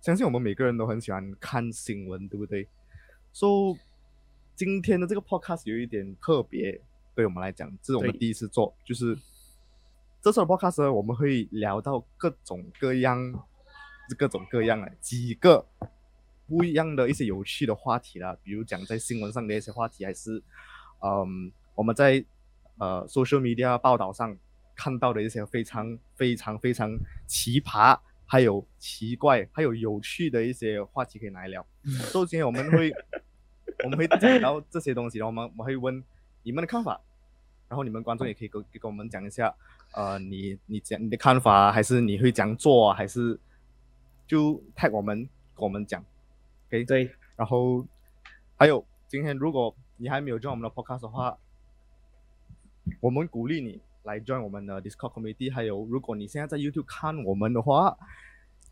相信我们每个人都很喜欢看新闻，对不对？So，今天的这个 podcast 有一点特别，对我们来讲，这是我们对第一次做，就是这次的 podcast 呢，我们会聊到各种各样、各种各样的几个不一样的一些有趣的话题啦，比如讲在新闻上的一些话题，还是嗯，我们在呃 social media 报道上看到的一些非常非常非常奇葩，还有奇怪，还有有趣的一些话题可以来聊。所以今天我们会我们会讲到这些东西，然后我们我们会问你们的看法，然后你们观众也可以跟跟我们讲一下，呃，你你讲你的看法啊，还是你会讲做啊，还是就 tag 我们跟我们讲，OK？对，然后还有今天如果你还没有 join 我们的 podcast 的话，我们鼓励你来 join 我们的 Discord community。还有，如果你现在在 YouTube 看我们的话，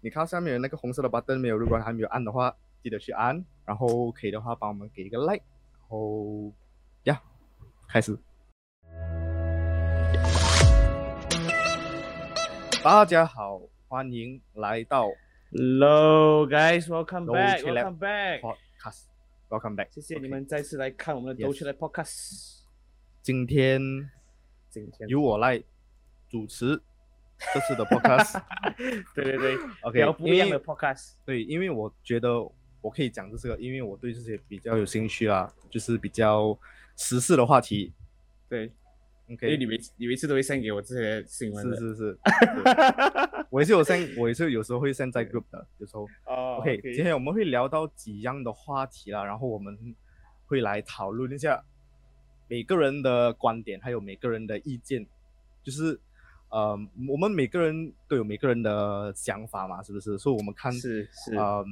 你看下面有那个红色的 button 没有？如果还没有按的话，记得去按。然后可以的话，帮我们给一个 like。然后呀，开始。大家好，欢迎来到 Hello guys, welcome No back, chill out. welcome back。 podcast，welcome back。谢谢你们再次来看我们的 Yes 都出来 Podcast。今天今天由我来主持这次的 podcast 。对对对， OK，聊不一样因为的 Podcast。对，因为我觉得我可以讲这个，因为我对这些比较有兴趣啦，就是比较时事的话题。对，因为 OK，你每你每次都会献给我这些新闻是的。是是，我也是有 send，我也是有时候会 send 在 group 的，有时候。哦 OK，今天我们会聊到几样的话题啦，然后我们会来讨论一下每个人的观点，还有每个人的意见，就是呃，我们每个人都有每个人的想法嘛，是不是？所以我们看是是呃，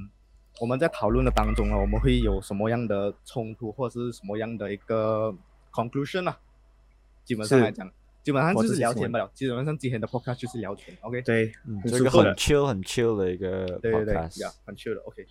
我们在讨论的当中呢，我们会有什么样的冲突，或者是什么样的一个 conclusion 啊？基本上是来讲，基本上就我自是己聊喜天欢不了，基本上今天的 podcast 就是聊天，OK？对，嗯，很这舒个服很的 chill 很 chill 的一个对对对 podcast，呀，很 chill 的，OK。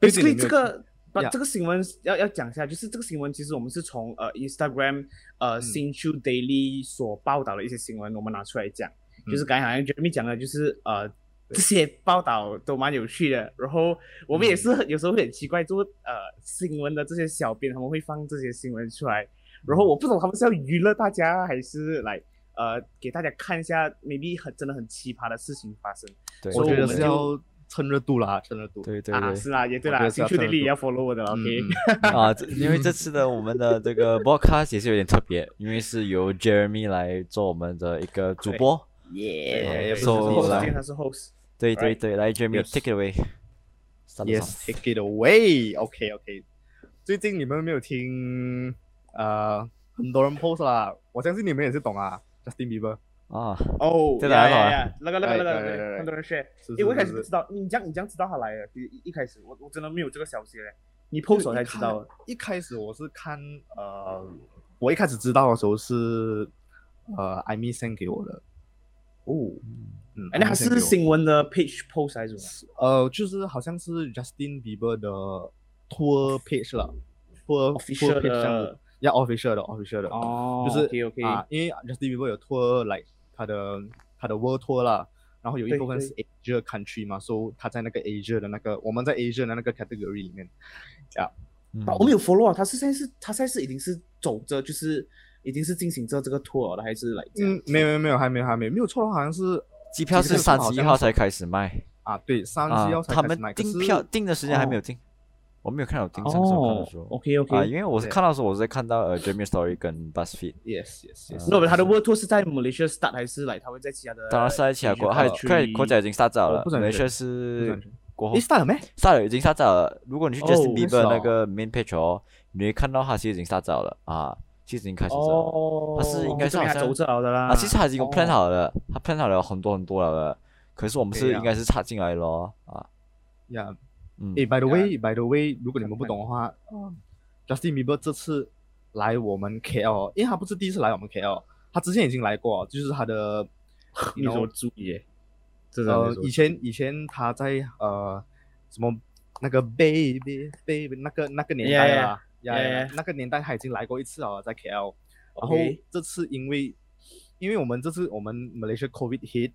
最近你 Basically，有没有这个把 Yeah 这个新闻要要讲一下，就是这个新闻，其实我们是从呃 Instagram 呃嗯 Sin c h u Daily 所报道的一些新闻，我们拿出来讲。就是嗯刚才好像 Jeremy 讲的，就是呃对这些报道都蛮有趣的。然后我们也是嗯有时候会很奇怪，就呃新闻的这些小编他们会放这些新闻出嗯来，然后我不懂他们是要娱乐大家，还是来呃给大家看一下 maybe 很真的很奇葩的事情发生对，我所以觉得我们是就要趁热度啦，趁热度。对对啊？对是啦，也对啦我觉得是要趁，Sin c h u 热 Daily 度要 follow 我的嗯啦，OK。嗯啊，这因为这次的我们的这个 podcast 也是有点特别，因为是由 Jeremy 来做我们的一个主播，也哎耶不是 h 说 o 啦 s 他是 host。对对 Right. 对，来 Jeremy Yes. take it away。上上 Yes, take it away. OK, OK。最近你们有没有听？呃，很多人 post 啦，我相信你们也是懂啊。Justin Bieber 啊，哦，这哪一呀呀首啊呀那个那个那哎个对那对对个，很多人 share。是不因为我一开始是不不知是？道，你这样你这样知道他来了，一一一开始我我真的没有这个消息嘞，你 post 我才知道的。一开始我是看呃，我一开始知道的时候是呃艾米 send 给我的。哦，嗯，哎，那 Amy 还 send 给是我新闻的 page post 还是什么？呃，就是好像是 Justin Bieber 的 tour page 了，tour Official tour page 这样的子，要 official 的 official 的。哦就是 OK OK，啊，因为 Justin Bieber 有 tour like 他的他的 world tour 啦，然后有一对部分是 Asia country 嘛，所以他在那个 Asia 的那个我们在 Asia 的那个 category 里面，嗯我们有 follow 啊，他是现在是他现在是已经是走着就是已经是进行着这个 tour 了，还是来这样？嗯，没有没有没有，还没有还没有，没有错的话好像是机票机是票是三好十一像号是才开始卖啊，对，三啊十幺，才他开始哦们买，可订是票订的时间还没有订，我没有看到订，上次我看哦的时候，OK 啊， OK，因为我是对看到的时候我是在看到呃 Jeremy Story 跟 BuzzFeed。 yes yes 那 yes，我们他的 world tour 是在 Malaysia start 还是来他会在其他的？当然是在其他国，还有快国家已经下载我了，不准马来西确亚不是准确过后诶，start 了没？下载已经下载了。如果你去哦 Justin 那是 Bieber 哦那个 main page 哦，你会看到它其实已经下载了啊，其实已经开始下载了哦，它是应该是这边好还像走着了的啦。啊，其实它已经哦 plan 好了，它 plan 好了很多很多了的，可是我们对是呀应该是插进来咯啊，呀，嗯，诶 b y the 呀 way，by the way，如果你们不懂的话，Justin 哦 Bieber 这次来我们 KL，因为他不是第一次来我们 KL，他之前已经来过，就是他 的你然后说注意耶，这种呃你，说以前以前他在呃什么那个 baby baby 那个那个年代啦，呀呀 yeah, yeah. 那个年代他已经来过一次了，在 KL。然后 OK 这次因为因为我们这次我们 Malaysia COVID hit，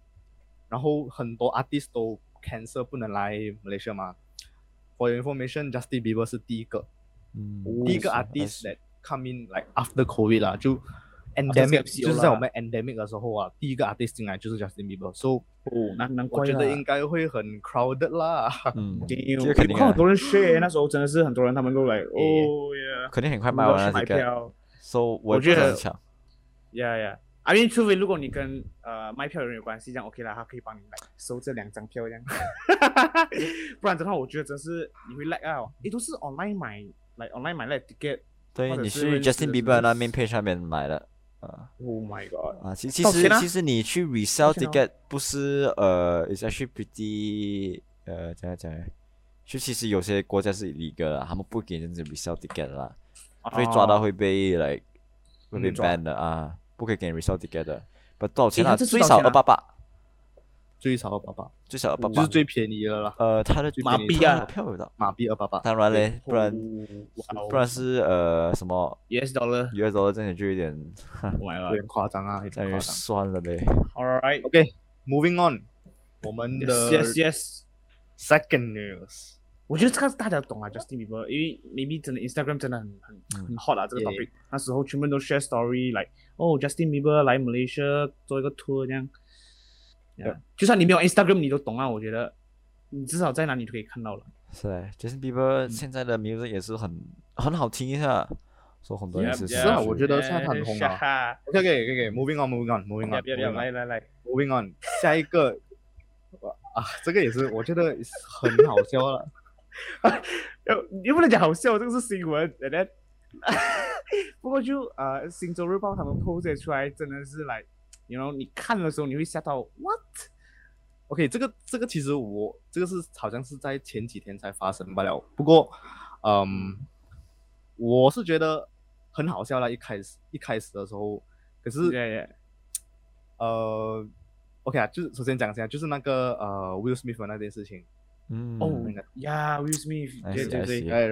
然后很多 artist 都 cancer 不能来 Malaysia 嘛。For your information, Justin Bieber 是第一个，嗯，第一个 artist that come in like after COVID 啦，就 endemic， CFC 就是在我啦们 endemic 的时候啊，第一个 artist 进来就是 Justin Bieber。So 哦，难难我怪觉得啦应该会很 crowded 啦。嗯， Damn，这个肯你定看啊很，多人 share，那时候真的是很多人，他们 都来，哦耶，肯定很快他卖们都完去了买这个票，so 我我觉得抢， ，Yeah Yeah。I mean，除非如果你跟呃卖票的人有关系，这样 OK 啦，他可以帮你来收这两张票这样。 不然的话，我觉得真是你会 lag 啊，诶，都是 online 买，来 online 买那 ticket。或对，者你是去认识的 Justin 是 Bieber 那面 page 上面买的，啊 Oh my god！啊，其其道实歉啊其实你去 resell 歉啊 ticket 不是呃，is actually pretty 呃，怎样讲呢？就其实有些国家是 illegal 的啦，他们不给人家 resell ticket 的啦，被抓到哦，会被 like 会被嗯抓 ban 的啊，不可以给人 resell ticket 的。不多少钱诶啊？这是最多少少钱二啊八八， 最少二八八，最少二八就八是。最便宜的啦，呃，他的最麻便宜痹的啊票有到，马币二八八。当然嘞，不然哇哦不然是呃什么 US dollar，Oh US dollar 这些就有点 my 有 god！点夸张啊，有在点于夸张。酸了呗。 All right. OK，moving、on，我们的 Yes, yes, yes. second news。我觉得这个是大家懂啊，Justin Bieber，因为 maybe 真的 Instagram 真的很很嗯很 hot 啊，这个 Yeah. topic。那时候全部都 share story 来，哦，Justin Bieber 来 Malaysia 做一个 tour 这样。 Yeah. 就算你没有 Instagram，你都懂啊。我觉得你至少在哪里都可以看到了。是哎，Justin Bieber 嗯现在的 music 也是很很好听一下，说很多人 Yep, 是 yep. 喜是啊欢我觉得现在他很红啊哈哈。 OK，OK，OK，moving on，moving on，moving 不要不要不要， on，moving 来来来， on，moving on。下一个啊，这个也是我觉得很好笑啊 了。呃，又不能讲好笑，这个是新闻。And then，不过就呃，新洲日报他们 post 出来，真的是来，然后你看的时候你会吓到，what？ OK，这个这个其实我这个是好像是在前几天才发生罢了。不过，嗯，我是觉得很好笑啦。一开始一开始的时候，可是 Yeah, yeah. 呃，OK 啊，就是首先讲一下，就是那个呃 Will Smith 的那件事情。嗯，哦那个呀，Will Smith， I 哎对 see, 对 I 对 see 对对，对，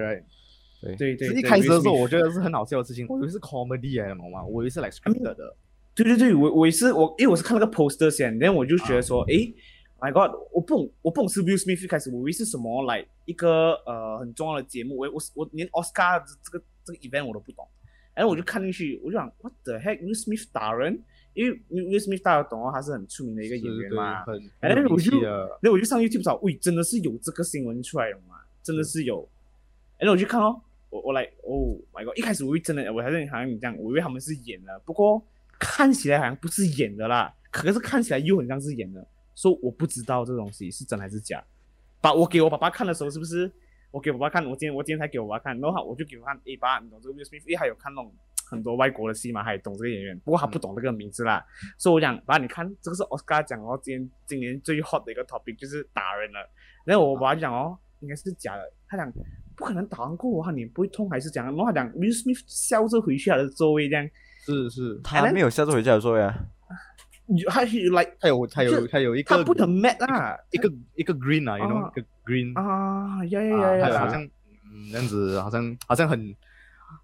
对对，是对一开始的时候， Will 我 Smith 觉得是很好笑的事 情，我以为是 comedy 来的，你懂吗？我以为是 like scripted 的。对对对，我我也是我，因为我是看那个 poster 先，然后我就觉得啊说，诶 m y God，我不懂我不懂是 Will Smith 一开始，我以为是什么来一个呃很重要的节目，我我我连 Oscar 这个这个 event 我都不懂，然后我就看进去，我就想 What the heck，Will Smith 打人，因为 Will Will Smith 大家懂哦，他是很出名的一个演员嘛，是对哎很我有名就气的。然后我就上 YouTube 找，喂，真的是有这个新闻出来了嘛？真的是有。然后我去看哦，我我来，哦，My God！一开始我以为真的，我还是好像你这样，我以为他们是演的，不过看起来好像不是演的啦，可是看起来又很像是演的，所以我不知道这东西是真还是假。把我给我爸爸看的时候，是不是我给我爸爸看？我今天我今天才给我爸爸看，然后他我就给我看，诶，爸，你懂这个 Will Smith？因为他有看那种很多外国的戏嘛，他也懂这个演员，不过他不懂这个名字啦。所以我讲，爸，你看，这个是 Oscar 讲哦，今年今年最 hot 的一个 topic 就是打人了。然后我啊爸就讲哦，应该是假的。他讲不可能打完过我，他脸不会痛还是怎样？然后他讲 Will Smith 笑着回去他的座位这样，是是，他没有下周回家的座位啊，他是来他有他有就他有一他个不能 mad 啦一个一个 green 啊，you know 啊一个 green 啊呀呀呀啊，还有呀！好像嗯这样子，好像好像很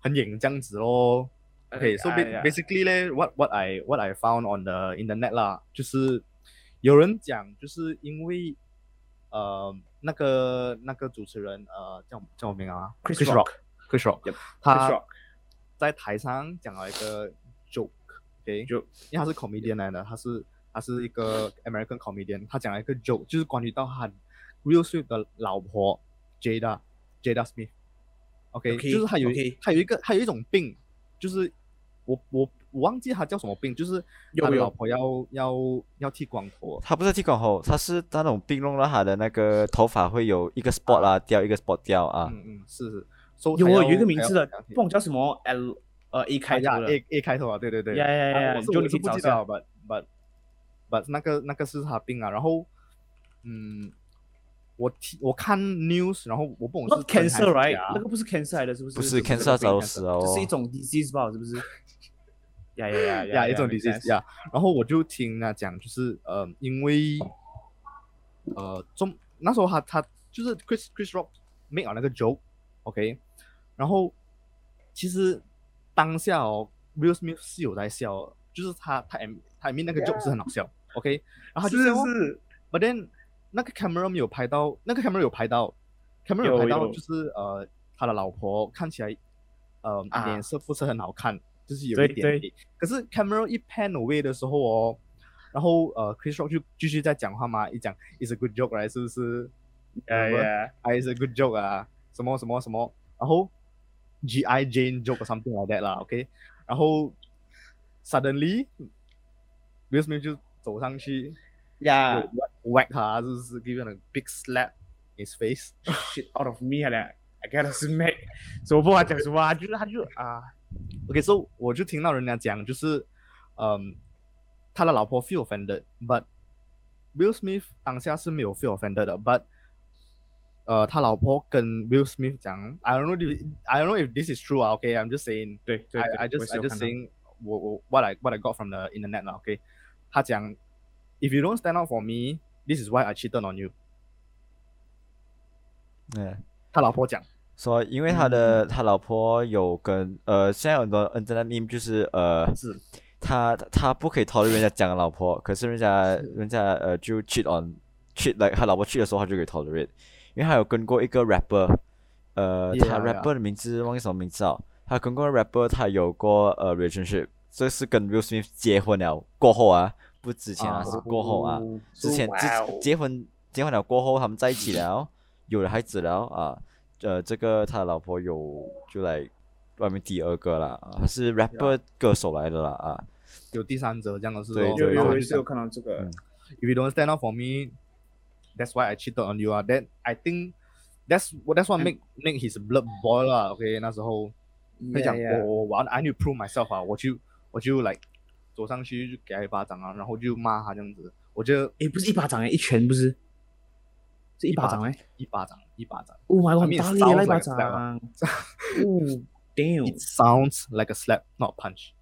很影这样子咯。OK，so 哎 ba- basically 咧，what what I what I found on the internet 啦，就是有人讲，就是因为呃那个那个主持人呃叫叫我名啊 Chris Rock Rock，Chris Rock， Yep，他在台上讲了一个 joke，OK，、 Joke 因为他是 comedian 来的，他是他是一个 American comedian，他讲了一个 joke，就是关于到他 Will Smith 的老婆 Jada Jada Smith。OK， OK，就是他有一 OK 他有一个他有一种病，就是我我我忘记他叫什么病，就是有他的有老婆要要要剃光头。啊他不是剃光头，他是那种病弄到他的那个头发会有一个 spot 啦掉，一个 spot 掉啊，嗯嗯，是是。So 有他哦，要有一个名字的，不他要懂叫什么 L 呃 A 开哎头呀的， A A 开头啊，对对对。呀呀呀啊呀，我你是就我你是去不找记一得下了，but but but 那个那个是他病啊，然后嗯，我听我看 news，然后我不懂是，not 真还 cancer 是 right？假啊那个不是 cancer 来的，是不是？不是这 cancer 这个早不都是 cancer 死了这哦是一，种 disease 吧？是 不是？呀呀呀呀，一种 makes disease sense 呀。然后我就听他讲，就是呃，因为呃，中那时候他他就是 Chris Chris Rock make 了那个 joke，OK，、然后其实当下哦，Will Smith 是有在笑的，就是他他 em- 他 m 那个 joke 是很好笑，OK，然后他就是哦是， But then 那个 camera 没有拍到，那个 camera 有拍到，camera 有有拍到，有就是呃，他的老婆看起来呃啊脸色不是很好看，就是有对一点对点。可是 camera 一 pan away 的时候哦，然后呃 Chris Rock 就继续在讲话嘛，一讲 is a good joke right 是不是？嗯哎呀， I is a good joke ah. 啊，什么什么什么，然后 G I Jane joke or something like that 啦，OK，然后 suddenly Will Smith 就走上去呀就 whack 他，就是 give him a big slap in his face， ，shit out of me 了，I gotta smack，所以我 不管讲什么啊，就是他就啊， OK，so 我就听到人家讲，就是，嗯，他的老婆 feel offended，but Will Smith 当下是没有 feel offended 的，but 呃，他老婆跟 Will Smith 讲，I don't know if I don't know if this is true 啊，OK，I'm、just saying 对对 I I 对 just I 我也是有 just 看到 saying 我我 what I what I got from the internet 啦，OK，他讲，if you don't stand up for me，this is why I cheated on you。嗯，他老婆讲，所以因为他的他老婆有跟呃，现在很多 internet meme 就是呃，是他他不可以讨论人家讲老婆，可是人家人家呃就 cheat on cheat like 他老婆 cheat 的时候，他就可以 tolerate，因为他有跟过一个 rapper，呃他 Yeah, yeah. rapper 的名字忘记什么名字了，他跟过 rapper 他有过呃 relationship，这是跟 Will Smith 结婚了过后啊，不之前啊、啊是过后啊，哦之前之哇哦结婚结婚了过后他们在一起了， 有了孩子了啊，呃这个他老婆有就来外面第二个啦，啊他是 rapper 歌手来的啦啊。有第三者这样的是对咯有对然后他有有就有看到这个嗯 if you don't stand up for me, that's why I cheated on you 啊。Then I think that's what that's what make make his blood boil 啦。OK，那时候他讲 Yeah, yeah 我我我 I need to prove myself 啊，我就我就 like 走上去就给他一巴掌啊，然后就骂他这样子。我觉得诶，不是一巴掌诶，一拳不是，是一巴掌一诶。一巴掌一巴掌 Oh my god， I 很 mean, 大 it 力的那 sounds 一 like 巴 a 掌。 slap 哦，damn， ，It sounds like a slap, not a punch。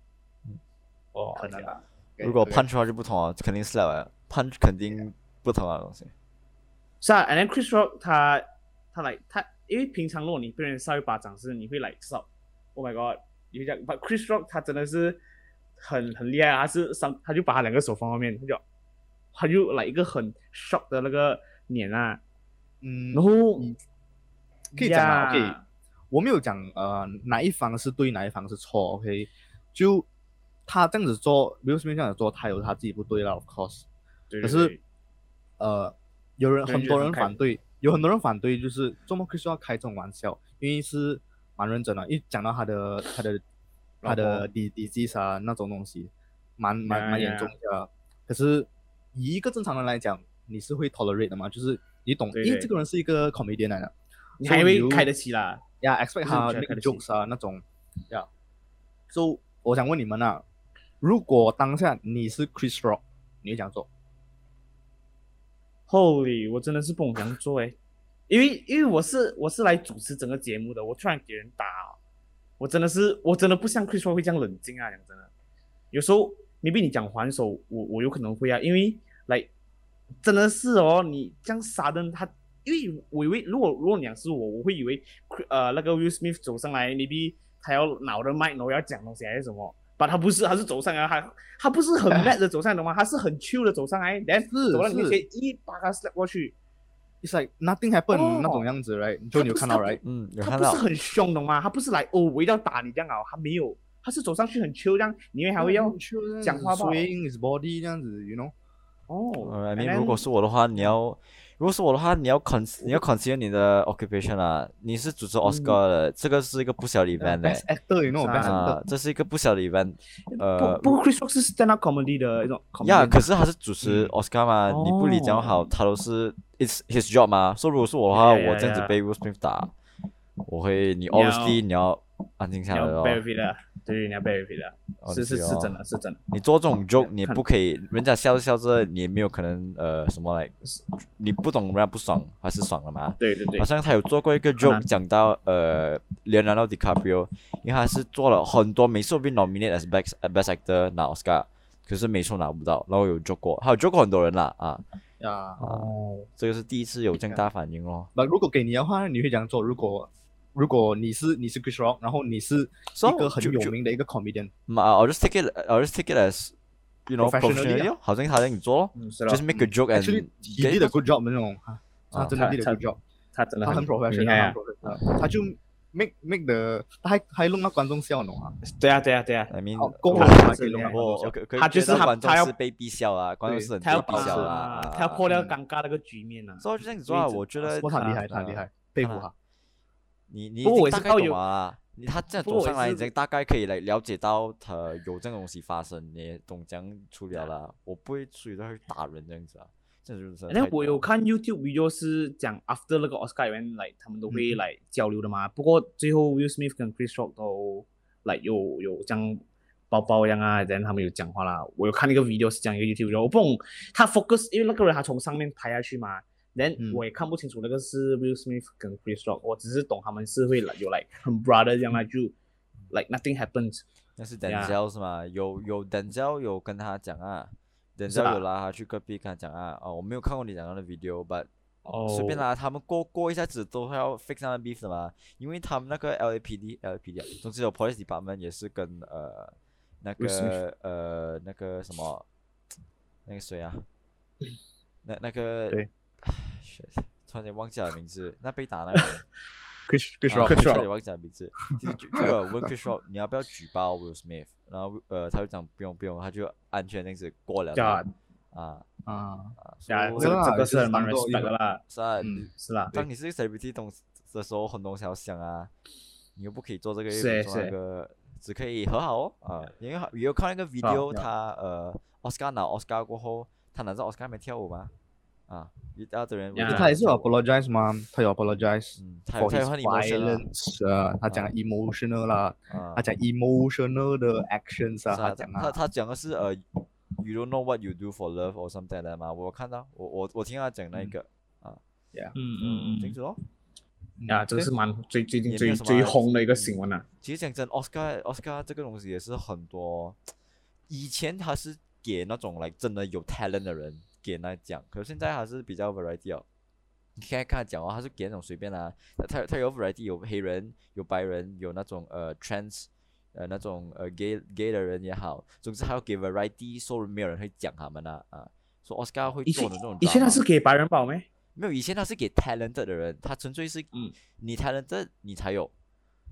哦可能吧。如果 punch punch 的话就不同啊，肯定是 slap 啊，punch 肯定不同啊东西。是啊，and then Chris Rock 他他来他，因为平常如果你被人扇一巴掌是你会来 stop，Oh my god，你会这样，but Chris Rock 他真的是很很厉害啊，他是上他就把他两个手放后面，他就他就来一个很 shock 的那个脸啊，嗯然，后可以讲啊呀可以我没有讲呃哪一方是对，哪一方是错。OK，就他这样子做，Will Smith 这样子做，他有他自己不对啦，of course。对可对是对呃，有人有人很觉多得人很开反对，有很多人反对，就是周末 Chris 要开这种玩笑，因为是蛮认真的，一讲到他的他的他老的婆底底基啥那种东西，蛮蛮 Yeah, 蛮严重的。可是以一个正常人来讲，你是会 tolerate 的嘛？就是你懂，对因为对这个人是一个 comedian 来的，你还就会你开得起啦，呀，expect 不是他你那觉得个开得起 jokes 啊那种呀。So 我想问你们啊，如果当下你是 Chris Rock，你会想做？ Holy，我真的是不懂怎样做哎，因为因为我是我是来主持整个节目的，我突然给人打哦，我真的是我真的不像 Chris Rock 会这样冷静啊，讲真的，有时候 maybe 你讲还手，我我有可能会啊，因为来真的是哦，你这样杀人他，因为我以为如果如果你讲是我，我会以为 Chri- 呃那个 Will Smith 走上来，maybe 他要挠着麦，然后要讲东西还是什么。把他不是，他是走上来，他他不是很 mad 的走上来，懂吗？他是很 chill 的走上来，但哎是走到你面是前一把他 slap 过去， It's like nothing happened、哦那种样子，right？就你有不是看到他不，right？嗯，有他看不是到很凶的吗？他不是来哦，我一定要打你这样啊，他没有，他是走上去很 chill 这样，你以为还会啊要讲话吧 s w i n g his body 这样子，you know？哦。呃 and，I mean， then- 如果是我的话，你要如果是我的话，你要 con 你嗯要 consider 你的 occupation 啊，你是主持 Oscar 的，这个是一个不小的 event 嘞 Best actor，you know？Best 是啊啊 actor，，这是一个不小的 event，呃不，不过 Chris Rock 是 stand up comedy 的一种 comedy，呀，可是他是主持嗯 Oscar 嘛，你不理讲好，哦他都是 it's his job 嘛，所以如果是我的话， Yeah, yeah, 我这样子 yeah 被 Will Smith 打，我会你你要 obviously 你要安静下你来要咯 b e r i 的，对，你要 b e r i 的，是是是哦 Honestly 真哦的，是真的。你做这种 joke，看你也不可以，人家笑着笑着，你也没有可能呃什么来，你不懂人家不爽还是爽了嘛？对对对好，像他有做过一个当 joke，然讲到呃连拿到 DiCaprio，因为他是做了很多美术被 nominated as best best actor 拿 Oscar，可是美术拿不到，然后有 joke 过，他有 joke 过很多人啦啊，呀。哦，这个是第一次有这啊样大反应咯。那如果给你的话，你会怎样做？如果如果你是你是 Chris Rock，然后你是 So，一个很就有就名的一个 comedian，嗯啊嘛，I'll just take it，I'll just take it as you know 啊 Professionally professionally，咯好像好像你做咯嗯，是咯，just，make a joke Actually and he did a good job 那种啊，他啊真的哦他 did a 他 good job，他真的他很厉害 professional，啊很 professional，他就 make make the 他还还弄到观众笑，懂吗？对啊，对啊，对啊， I mean，哦，公呃我然还可以弄他到观是众我笑我。可可以啊他就觉是得他观众他要是被逼笑啊，观众对是很他要被把逼笑啊啊，他要破掉嗯尴尬那个局面啊。所以这样子所以做啊，这我觉得我很厉害，他他很厉害，佩服啊他。你你不过已我也经大是概靠懂有啊，你他这样不走过我上也来，你是这样大概可以来了解到他有这种东西发生，你也懂怎样处理了啦。我不会处理到去打人这样子啊，这种就是。然后我有看 YouTube video 是讲 after 那个 Oscar event，like 他们都会嗯来交流的嘛。不过最后 Will Smith 跟 Chris Rock 都 like 有有这样包包样啊，然后他们有讲话啦。我有看一个 video 是讲一个 YouTube video，我不懂他 focus，因为那个人他从上面拍下去嘛。然嗯我也看不清楚那个是 Will Smith 跟 Chris Rock，我只是懂他们是会 like 有 like 很 brother 这样啦，就 like nothing happens。那是 Yeah Denzel 是吗？有有 Denzel 有跟他讲啊，Denzel 吧有拉他去隔壁跟他讲啊。哦，我没有看过你讲到的 video，but 哦随便啦，他们过过一下子都还要 fix 他们 beef 的嘛，因为他们那个 LAPD LAPD 啊，总之有 police department 也是跟呃那 Will Smith 个呃那个什么那个谁啊，嗯那那个对 shit，突然间忘记了名字，那被打那个人。 Chris Chris 哦啊 Rock，差点忘记他名字。就是举这个问 Chris Rock，你要不要举报 Will Smith？然 后呃，他就讲不用不用，他就安全那样子过了他。 God 啊啊，啊，呀，这 so- 我个知道这个是就是很蛮当做一 respect 的个啦，是啊，嗯你是啦。当你是 celebrity 东的时候，很多东西要想啊，你又不可以做这个，又是不可以做是那个，只可以和好哦啊。因为有看那个 video，对啊他呃，Oscar 拿 Oscar 过后，他拿着 Oscar 没跳舞吗？啊，一大堆人围呀着啊他也跳是有舞 apologize 吗？他有 apologize 嗯，他有 for 他 his 有很 emotion violence 啊，他讲啊 emotional 啦，啊他，讲 emotional 的 actions 啊，是啊他讲他啊，他讲的是呃，you don't know what you do for love or something like that 嘛，我看到我我我听他讲那一嗯个，嗯嗯，清楚咯。嗯啊，这个对是蛮最最近也没最有什么最红的一个新闻啊。其实讲真，Oscar Oscar 这个东西也是很多，以前他是给那种来真的有 talent 的人给那奖，可是现在还是比较 variety 哦。你现在看他讲哦，他是给那种随便啊，他他他有 variety，有黑人，有白人，有那种呃 trans，呃那种呃 gay gay 的人也好，总之他要给 variety，所以没有人会讲他们啊啊。说 Oscar 会以前做的这种，以前他是给白人宝没？没有，以前他是给 talented 的人，他纯粹是，嗯你 talented 你才有。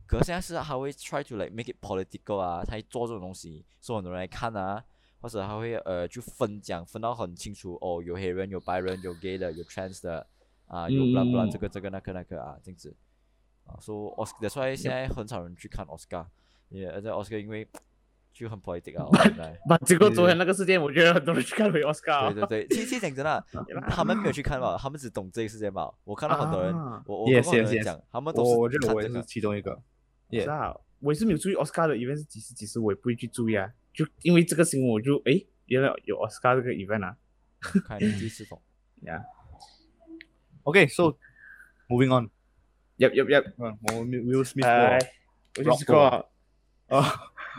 可是现在是他会 try to like make it political 啊，他会做这种东西，所以很多人来看啊，或者他会呃就分奖分到很清楚，哦，有黑人，有白人，有 gay 的，有 trans 的，啊，有 blah blah 这嗯个这个那个那个啊，这样子。啊，说 Oscar，所以现在很少人去看 Oscar，也而且 Oscar 因为就很 political 啊，现 在。把结果昨天那个事件，我觉得很多人去看回奥斯卡。对对 对，其实其实讲真的，啊他们没有去看吧，他们只懂这个世界吧。我看到很多人，啊我我跟 Yes, 很多 yes, 人 yes 讲，他们都我我觉是得看我也这是个。其中一个我知，yeah，道，我也是没有注意奥斯卡的 event 是几时几时，我也不会去注意啊。就因为这个新闻，我就诶，原来有奥斯卡这个 event 啊。看你第一次懂。 呀嗯 OK，so moving on， y e p y e p y e p 嗯，我们 Will Smith 哎过，我就是个啊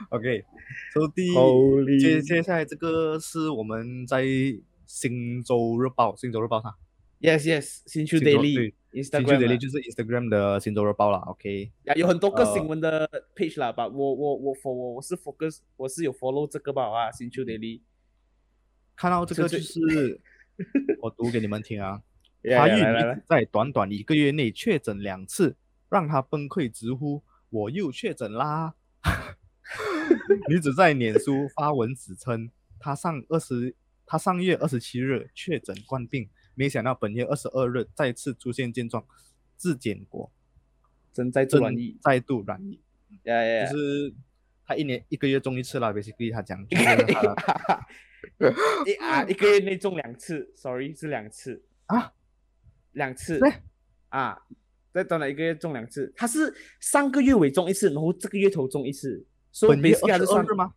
，OK，so 第 Holy，接接下来这个是我们在新州日报，新州日报它 Yes Yes，新新秀秀 Daily 新州 Instagram 啊 daily 就是 Instagram 的新州日报啦，OK，呀，有很多个呃新闻的 page 啦吧，我我我 for 我我是 focus，我是有 follow 这个吧啊，新秀 Daily。看到这个就就是我读给你们听啊，呀华呀裔来来女来子在短短一个月内确诊两次，让她崩溃直呼：“我又确诊啦！” 女子在脸书发文指称，她上二十，她上月二十七日确诊冠病，没想到本月二十二日再次出现症状，自检果正在正做软艺，再度染疫，呀呀，就是她一年一个月中一次啦，basically 她讲就是她的一 啊一个月内中两次，sorry 是两次，啊，两次对啊，在短短一个月中两次，他是上个月尾中一次，然后这个月头中一次，所以本月哦二 basically 他是十二算日吗？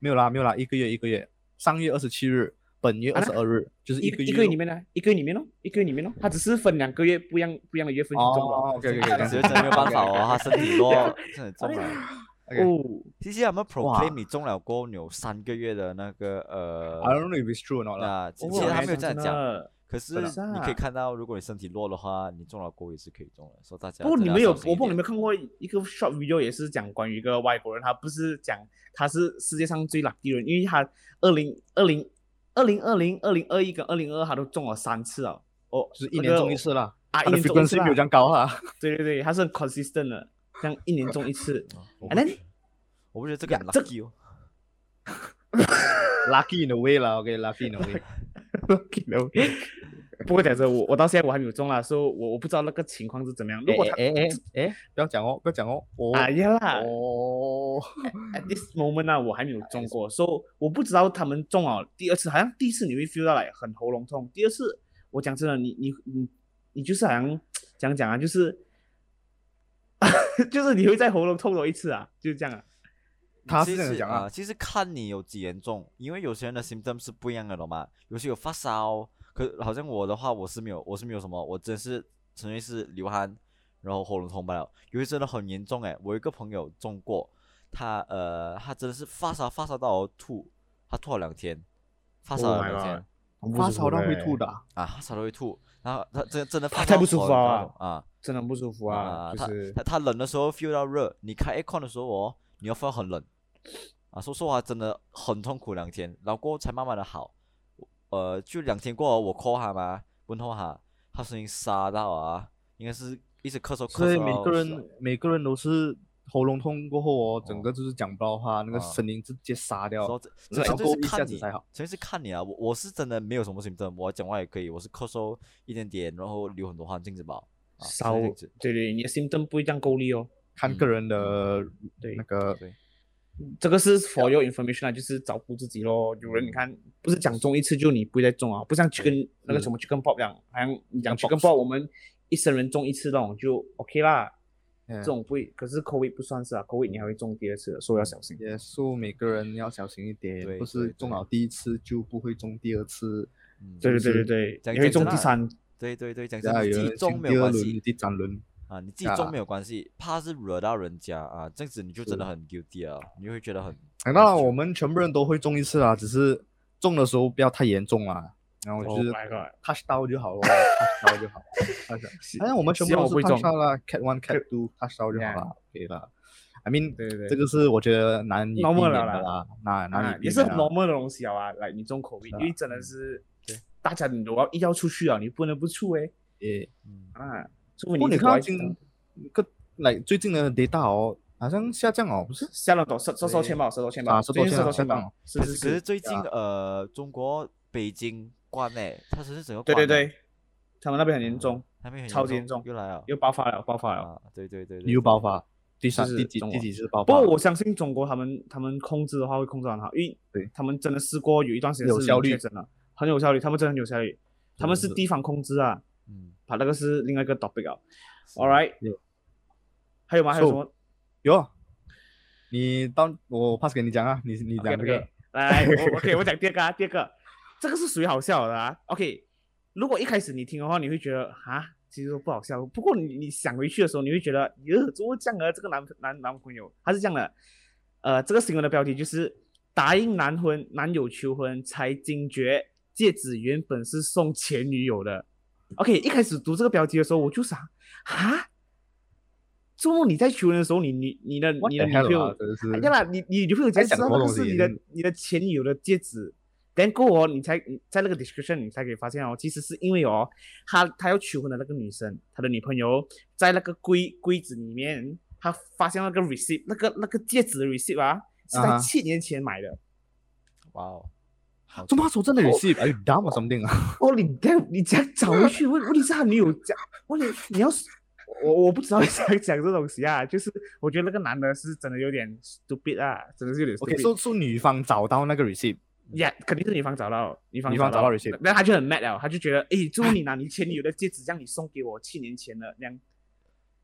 没有啦，没有啦，一个月一个月，上月二十七日，本月啊二那十二日，就是一个哦一个月咯里面啊呢，一个月里面咯，一个月里面咯，哦他只是分两个月不一样不一样的月份去中了。哦，OK 这 OK 个 OK，时候真的没有办法哦，他身体弱，真的很重啊。 OK 哦，其实他们哇 proclaim 你中了过后，你有三个月的那个 I 呃， don't know if it's true or not 啦。啊，其哦其实他哎没有这样真讲，的可是本来是你可以啊看到，如果你身体弱的话，你中了钩也是可以中的。所以大家不过真你的们要有，小心我一不懂你点们看过一个 short video，也是讲关于一个外国人，他不是讲他是世界上最 lucky 的人，因为他二零二零、二零二零、二零二一跟二零二二他都中了三次哦。哦，就是一年中一次啦，啊，它一的年中一 frequency 次没有这啦。样高啦。对对对，他是很 consistent 的，这样一年中 一次。啊我 And 不 then- 觉得我不觉得这个呀很这 lucky 哦。 Lucky in a way 啦，OK，lucky、in a way。 Lucky no 不过讲真，我我到现在我还没有中啦，所以我我不知道那个情况是怎么样。如果他哎哎哎哎，不要讲哦，不要讲哦，我啊呀啦，哦， at Mm. this moment 呢、我还没有中过，所、以我不知道他们中了第二次，好像第一次你会 feel 到来很喉咙痛，第二次我讲真的，你你你你就是好像讲讲啊，就是 就是你会在喉咙痛了一次啊，就是这样啊。他其是这样实讲啊、啊，其实看你有几严重，因为有些人的 symptom 是不一样的，懂吗？有些有发烧，可好像我的话，我是没有，我是没有什么，我真是纯粹是流汗，然后喉咙痛罢了。有些真的很严重诶，我有一个朋友中过，他呃，他真的是发烧，发烧到我吐，他吐了两天，发烧 Oh 了 my 两天。 god 发烧到会吐的啊，啊，他烧到会吐，然后他真真的他发太烧不舒很服高啊那种啊真的很不舒服啊啊，！他就是他他冷的时候 feel 到热，你开 aircon 的时候哦，你要 feel 很冷啊。说实话，真的很痛苦两天，然后过后才慢慢的好。呃，就两天过后，我 call 他嘛，问候他，他声音沙到啊，应该是一直咳嗽咳所嗽以到死啊每了。个人每个人都是喉咙痛过后哦，整个就是讲不到话，那个啊声音直接杀掉。说然这纯后粹过是后一下看子你，才好纯粹是看你啊！我我是真的没有什么心症，我讲话也可以，我是咳嗽一点点，然后流很多汗，这样子吧。啊，是烧这样子，对对，你的心灯不会这样够力哦。看个人的对那个对。这个是 for your information 啊，就是照顾自己咯。有人你看，不是讲中一次就你不会再中啊，不像 chicken 那个什么 chicken pop 一样，好像你讲嗯 Chicken chicken pop，我们一生人中一次那种就 OK 啦，这这种不会。可是 covid 不算是啊，covid 你还会中第二次的，所以要小心。也说每个人要小心一点，对不是对中对了第一次就不会中第二次。嗯对对是对对对，讲你会中讲真第啊三，对对对，讲真然后的，有你自己人中中没第有二关轮、系第三轮，啊，你自己中啊没有关系，怕是惹到人家啊，这样子你就真的很 guilty 啊，你就会觉得很哎当然我们全部人都会中一次啦，只是中的时候不要太严重啦，然后 Oh 就是 my god touch 到就好了，touch 到就好。touch 反正我们全部希望都我不是会 touch 中。到啦，cat one cat two touch 到就好 Yeah 啦，OK 啦。I mean，对对这对，个是我觉得难以避免 Normal 了的啦啦，那难啊以避也是免很啦。 normal 的东西好啊，来你中 covid，是啊因为真的是对大家你都要一要出去啊，你不能不出诶也嗯啊，除非不过你你一直看到躲在家今个来最近的 data 哦，好像下降哦，不是？下了多少多少钱包，收多钱包，啊收多最钱近收包多钱收包，是可是是可是是，啊最近呃，中国北京关嘞，它只是整个对对关了，对，他们那边很严重，还没有很超级严重又来了又爆发了，爆发了。啊，对对对，对又爆发，第三是第几中第国几次爆不发？过我相信中国他们他们控制的话会控制很好，因为对他们真的试过有一段时间是有效率零确诊了，很有效率，他们真的很有效率，他们是是地方控制啊，嗯把那个是另外一个 topic 啊。是 All right，有还有吗？还有 So，什么？有，你当我 pass 给你讲啊，你你讲 OK 这个 OK，来，我 OK，我讲第二个啊，第二个，这个是属于好笑的啊。OK，如果一开始你听的话，你会觉得啊，其实都不好笑。不过你你想回去的时候，你会觉得，哟，怎么这样啊？这个男男男朋友他是这样的，呃，这个新闻的标题就是答应男婚男友求婚才惊觉戒指原本是送前女友的。OK，一开始读这个标题的时候，我就想，啊，周末你在求婚的时候，你你你的 What 你的 the 女 hell 啊朋友真的是呀啦，哎你你女朋友在才知讲道什么那个东是西嗯你的你的前女友的戒指，等过后哦你才你在那个 description 你才可以发现哦，其实是因为哦，他他要求婚的那个女生，他的女朋友在那个柜柜子里面，他发现那个 receipt 那个那个戒指的 receipt 啊，是啊哈在七年前买的。哇哦，好中华手真的 receive，are you dumb or something 啊？哦，你该你这样找回去，问问题是他女友讲，问题你要是我我不知道 想讲这东西啊，就是我觉得那个男的是真的有点 stupid 啊，真的是有点 OK， stupid。说说女方找到那个 receive，呀肯定是女方找到，女方女方找到到 receipt 那他就很 mad 了，他就觉得，诶，祝你拿你前女友的戒指，这样你送给我七年前的，这样，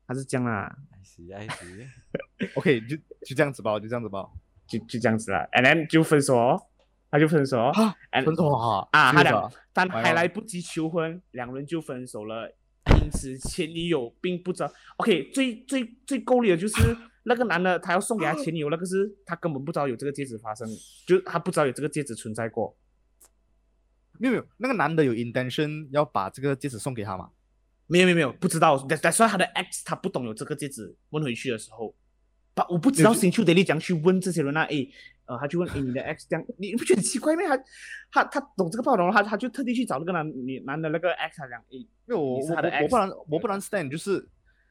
他是这样啦，爱惜爱惜， OK，就就这样子吧，就这样子吧。就就这样子啦，and then 就分手哦，他就分手哦啊， ，and 分手啊！啊，他 serious 俩但哎呦还来不及求婚，两人就分手了。因此，前女友并不知道。OK，最最最够力的就是 那个男的，他要送给他前女友，那个是他根本不知道有这个戒指发生，就是他不知道有这个戒指存在过。没有没有，那个男的有 intention 要把这个戒指送给他嘛？没有没有没有，不知道。但但算他的 ex 他不懂有这个戒指，问回去的时候，把我不知道没有就新丘德利怎样去问这些人啊，诶，呃，他就问诶你的 ex 这样，你不觉得很奇怪吗？他他他懂这个不懂，他他就特地去找那个男女男的那个 ex，他讲诶，因为我你我是他的我 ex 我不然我不然 stand 就是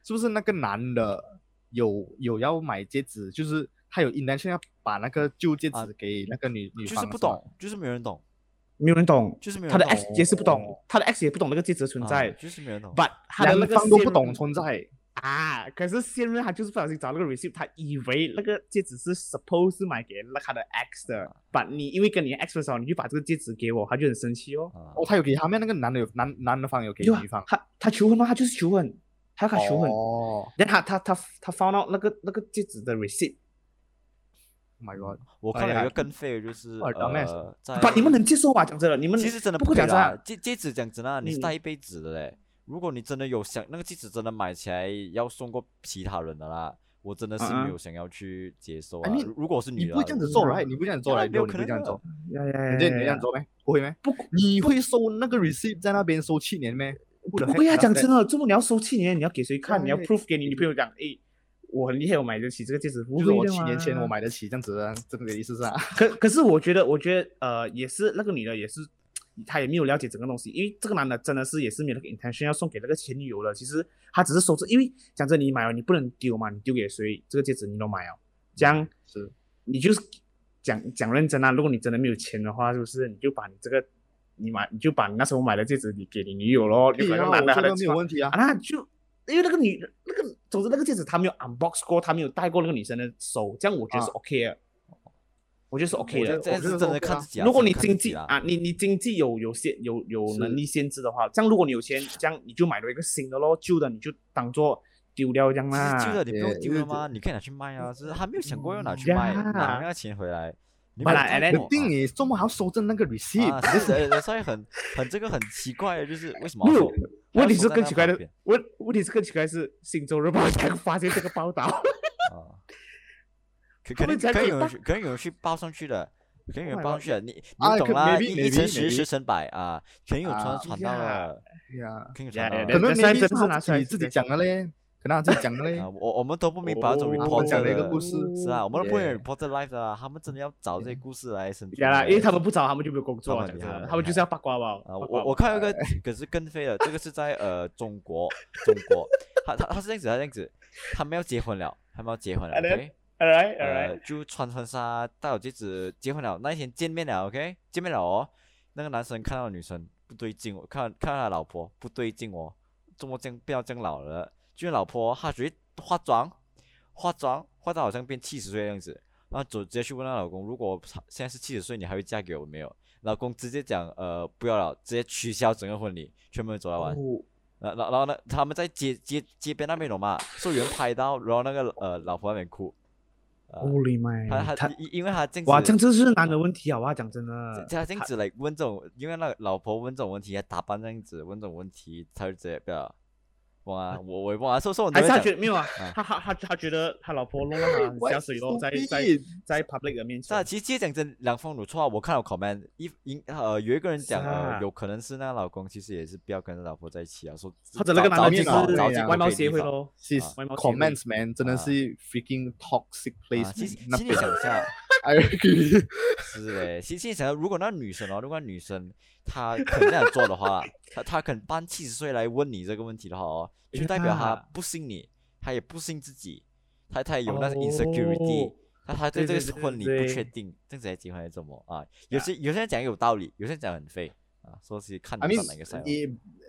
是不是那个男的有有要买戒指，就是他有 intention 要把那个旧戒啊指给那个女、女就方是不吧懂，就是没有人懂，没有人懂，就是没有他人的懂。 ex 也是不懂，他的 ex 也不懂那个戒指的存啊在。就是没有人懂。 but 他的那两个方都现不懂任存在。啊，可是现任他就是不小心找那个 receipt，他以为那个戒指是 suppose 是买给那他的 ex 的，but 你因为跟你 ex 分手，你就把这个戒指给我，他就很生气哦。啊哦，他有给他们那个男的有男男的方有给对啊女方，他他求婚吗？他就是求婚，他要他求婚。哦然后他他他他放到那个那个戒指的 receipt，but ，My God，我看哎了呀一个更废的，就是哇，dumbass 呃，哎在你们能接受吧？讲真的，你们其实真的不不过可讲以真啦的，，戒戒指讲真的啊，你是嗯戴一辈子的嘞。如果你真的有想那个戒指，真的买起来要送过其他人的啦，我真的是嗯嗯没有想要去接受啊。 I mean，如如果我是你女的不啊，会这样子如做哎果，right？你不会这样做当，right？然没有 Leo，你可不会这能样做，啊呀呀呀你这你会这样做没？不会没？不哎你会收那个 receipt 在那边收七年咩？不不会啊！讲真的，的，这么你要收七年，你要给谁看？你要对 proof 给你女朋友讲，诶，我很厉害，我买得起这个戒指，不就是会我的七年前嘛我买得起这样子的，这个意思是啊？可可是我觉得，我觉得呃，也是那个女的也是，她也没有了解整个东西，因为这个男的真的是也是没有那个 intention 要送给那个前女友了。其实他只是收着，因为讲真，你买了你不能丢嘛，你丢给谁这个戒指你都买了，这样 是你就是讲讲认真啊。如果你真的没有钱的话，是不是你就把你这个你买你就把你那时候买的戒指你给你女友咯，可就以把啊，那个我男的觉他的得没有问题啊啊，。那就因为那个女的那个，总之那个戒指他没有 unbox 过，他没有戴过那个女生的手，这样我觉得是啊 OK 的，我觉得是 OK 我觉的得。这样觉是得真是的 OK 看啊自己啊。如果真的你看经自己济啦啊，你你经济有有限有有是能力限制的话，这样如果你有钱，这样你就买了一个新的咯，旧的你就当做丢掉这样其啦。实旧的你不也用丢了是吗？你可以拿去卖啊，只是还没有想过要拿去卖，拿呀那个钱回 来。你本来买太 Alan- 肯多定啊你做么还要收正那个啊 receipt？ 是，所以很很这个很奇怪的，就是为什么没要有收？问还题是要收在更那奇怪旁的边，问问题是更奇怪的是《新洲日报》才发现这个报道，啊，可他们可能才可能可以有人当去，可能有人去报上去的，可能 Oh 有人 my 报上 god，去的，你啊你懂可啦， maybe- 一一成 maybe- 十，十 maybe 成百啊，可能有啊传传到呀了，哎呀，可能有 Yeah, 传到 yeah, 了可能 that- that's why maybe 真是的是他拿出自来己是自己 that's 讲的 why 嘞，可能他自己讲的嘞 啊，。我我们都不明白这种哦 report 讲了一个的故事是啊，我们都不会对有 report life 的啊，他们真的要找这些故事来生存呀啦，的啊因为他们不找，他们就没有工作他啊，们讲厉真害的，他他们们就是要八卦吧。啊，八我卦我看到一个可是更飞的，这个是在呃中国，中国，他他他是这样子，他这样子，他们要结婚了，他们要结婚了 And then- ，OK， ，all right all 呃， right，就穿婚纱，戴好戒指，结婚了，那一天见面了，OK，见面了哦，那个男生看到女生不对劲，我看看到他老婆不对劲哦，怎么这样不要这样老了？就是老婆她直接化妆，化妆化到好像变七十岁的样子，然后走直接去问她老公，如果她现在是七十岁，你还会嫁给我没有？老公直接讲，呃，不要了，直接取消整个婚礼，全部人走来玩。哦然然然后呢，他们在街街街边那边懂吗？受人拍到，然后那个呃老婆那边哭，呃， ，Holy my，他他因因为他这样嗯子，哇，这样真是男的问题好啊！讲真这的，这他这样子来问这种，因为那个老婆问这种问题，还打扮这样子问这种问题，他就直接不要。哇，我我也不啊，说说我还都是他会讲觉得没有啊啊，他他他他觉得他老婆 弄到他很 Why 下水咯，在在 stupid？在 public 的面是啊，前，其实其实讲真，两方有错啊。我看到 comment 一应呃有一个人讲啊呃有可能是那老公其实也是不要跟老婆在一起啊，说或者那个早男早的就早早就早早是就外貌给协你会放咯，是啊 comments man，真的是 freaking toxic 啊， place。其实其那哎实你想一下， I agree。是嘞，其实现在想到，如果那女生哦，如果那女生她肯这样做的话，她她肯搬七十岁来问你这个问题的话哦，就代表她呀不信你，她也不信自己，她她也有那 insecurity，哦她她对这对个对对婚礼不对确定，这样子来结婚来怎么啊？有些有些人讲有道理，有些人讲很废啊，说是看 I 你 mean，站哪个 side 咯。你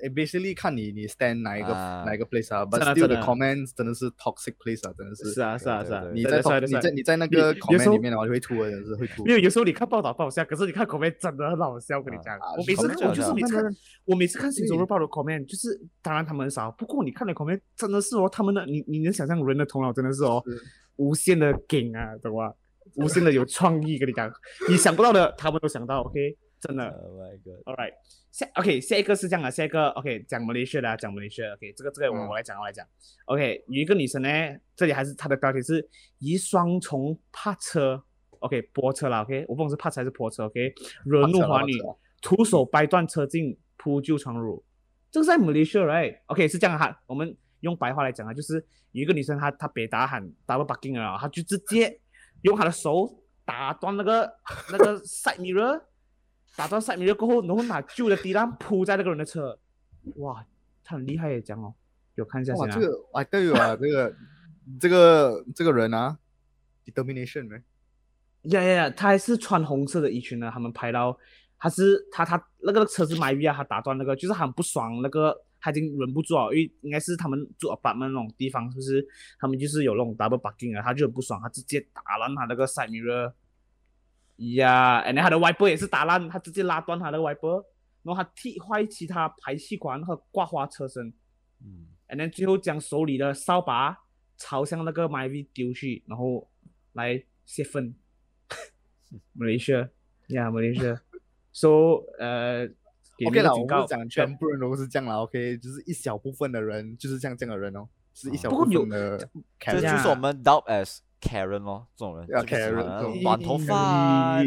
it basically 看你你 stand 哪一个啊哪一个 place 啊，but 真的 still 真 the 的 comments 真的是 toxic place 啊，真的是是。啊是啊对是啊对，你对在对对 talk- 对你对在你在那你个有时 comment 候里面的话，你会吐的，真的是会吐没。有，有时候你看报道不好笑，可是你看 comment 真的很好笑，我跟你讲，啊我每次 comment 看我就真是每的好次笑看我每次看《新对洲日报》的 comment，就是当然他们很少，不过你看的 comment 真的是哦，他们的你你能想象人的头脑真的是哦是无限的梗啊，懂 吗？无限的有创意，跟你讲，你想不到的他们都想到，OK，真的。 Oh my god！ All right，下 OK，下一个是这样啊的，下一个 OK 讲 Malaysia 的、啊，讲 Malaysia。OK，这个这个我、嗯我来讲，我来讲。OK，有一个女生呢，这里还是她的标题是以双重帕车，OK 泊车啦，OK，我不懂是帕车还是泊车，OK，惹怕怒扯了华怕女扯了徒手掰断车镜铺就床褥，这个是在 Malaysia right？OK、是这样哈，我们用白话来讲啊，就是有一个女生她她别打喊 double bucking 了，她就直接用她的手打断那个 那个 side mirror，打断 side mirror 过后，然后拿旧的地浪铺在那个人的车，哇，她很厉害耶，讲哦，有看一下先哇，啊，这个哎，对啊，这个这个这个人啊，determination 呢？呀呀呀！他还是穿红色的衣裙啊呢。他们拍到，他是他他那个车子埋鱼啊，他打断那个，就是他很不爽那个，他已经忍不住啊了，因为应该是他们住 apartment 那种地方，是不是？他们就是有那种 double parking 啊，他就很不爽，他直接打烂他那个 side mirror。呀，and then 他的 wiper 也是打烂，他直接拉断他的 wiper，然后他踢坏其他排气管和挂花车身。嗯， and then 最后将手里的扫把朝向那个 m y v 丢去，然后来泄愤。Malaysia，yeah，Malaysia，so 呃，给 OK 你了，警我不告是讲全部人都是这样了，OK，就是一小部分的人就是这样这样的人哦，是一小不过部有分的啊这 character。这就样是我们 doubt as Karen 咯，这种人啊就是喜欢 Karen，这那种嗯种短头 发，哎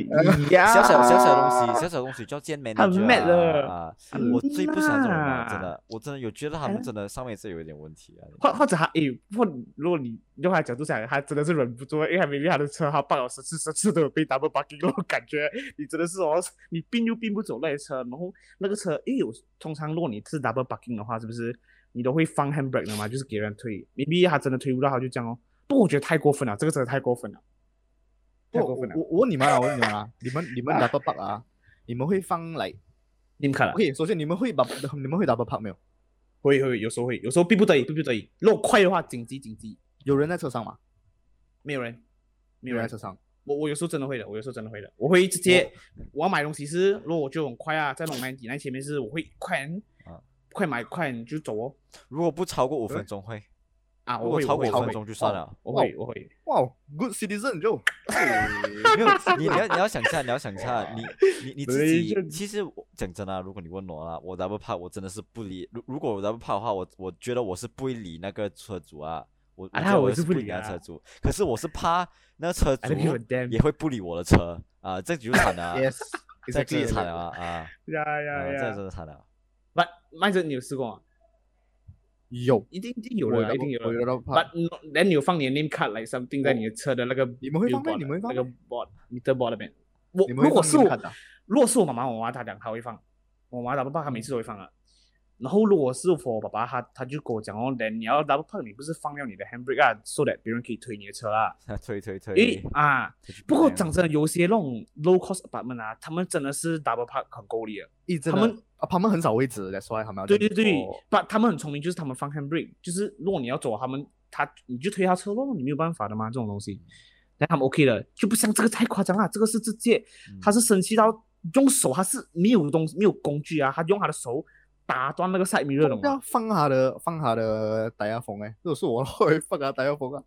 呀小小小小东西，小小东西就要见美女啊很 mad 了啊！很我最不喜欢这种人啊，辣真的，我真的有觉得他们真的上面是有一点问题啊。或或者他诶，或如果你用他的角度想，他真的是忍不住，因为他明明他的车他半小时次十次都有被 double parking，然后感觉你真的是哦，你并又并不走那些车，然后那个车因为有通常如果你是 double parking 的话，是不是你都会放 handbrake 的嘛？就是给人推，maybe 他真的推不到，他就这样哦。不过我觉得太过分了，这个真的太过分了，太不过我分了我。我问你们啊，我问你们啊，你们你们 double park 啊，你们会放来你们看了， ？OK，首先你们会把 你们会 double park 没有？会会会有时候会，有时候逼不得已，逼不得已。如果快的话，紧急紧急，有人在车上吗？没有人，没没有有人人在。车上。我我有时候真的会的，我有时候真的会的，我会直接我要买东西是，如果我就很快啊，在那种 n i 前面是我会快点啊快买快点就走哦如果不超过五分钟会，啊，如我果会超过我五会分钟就哦算了。我会我会哇，good citizen 就哎没有，你你要你要想一下，你要想一下，你你你自己。其实我讲真啊，如果你问我啦，我 double park 我真的是不理。如如果我 double park 的话，我我觉得我是不会理那个车主啊。我啊我那觉得我是是不会理那啊哎车主，可是我是怕那车，I 主 don't give a damn。 也会不理我的车啊，这就惨了啊 yes 这样真 exactly 的惨了啊啊，呀啊这样呀呀真的 惨了。 ，But 麦哲你有试过吗？有，一定一定有我的啊， double- 一定有我的。 double park。 But no- then 你有放你的 name card like something 在你的车的那个哦你们会放咩 billboard 你们会放那个 board meter board 那边。我你们会如果放是你们我看的啊如果是我妈妈，我妈她讲她会放，我妈 double park 她每次都会放啊。然后如果是我爸爸，他他就跟我讲哦，你要 double park，你不是放掉你的 handbrake 啊，so that 别人可以推你的车啊。推推推。诶 啊，推去不过别人讲真的，有些那种 low cost apartment 啊，他们真的是 double park 很够力的。一真他的们啊，他们很少位置，that's why 他们要这对样对对做，把他们很聪明，就是他们放 handbrake，就是如果你要走，他们他你就推他车咯，你没有办法的嘛，这种东西。但他们 OK 了，就不像这个太夸张了，这个是直接嗯他是生气到用手，他是没有东没有工具啊，他用他的手打断那个 side mirror 哦的不要啊嘛。放他的放他的打压风哎，如果是我的话，我会放他打压风啊。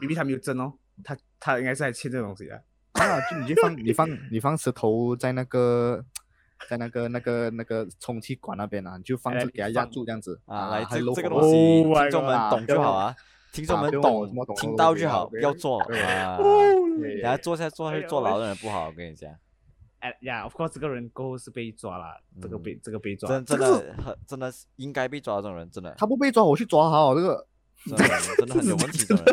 maybe 他没有真哦，他他应该是在切这个东西的。啊，就你就放你放你放石头在那个在那个那个那个充气管那边啊，你就放哎着给它压住这样子啊，来还这漏这个风东西， Oh 听 my 众 god，们懂哦不就要好啊，听众啊们不要问我什么懂听都到不就要好，不不要要做不要 Oh 啊。对等下做下做下哎去呀坐我牢的人不好，我跟你讲，哎呀，of course，这个人过后是被抓了，这个被这个被抓。嗯真真这个的很真的是应该被抓的这种人，真的他不被抓，我去抓他哦，这个真的真的很有问 题的人。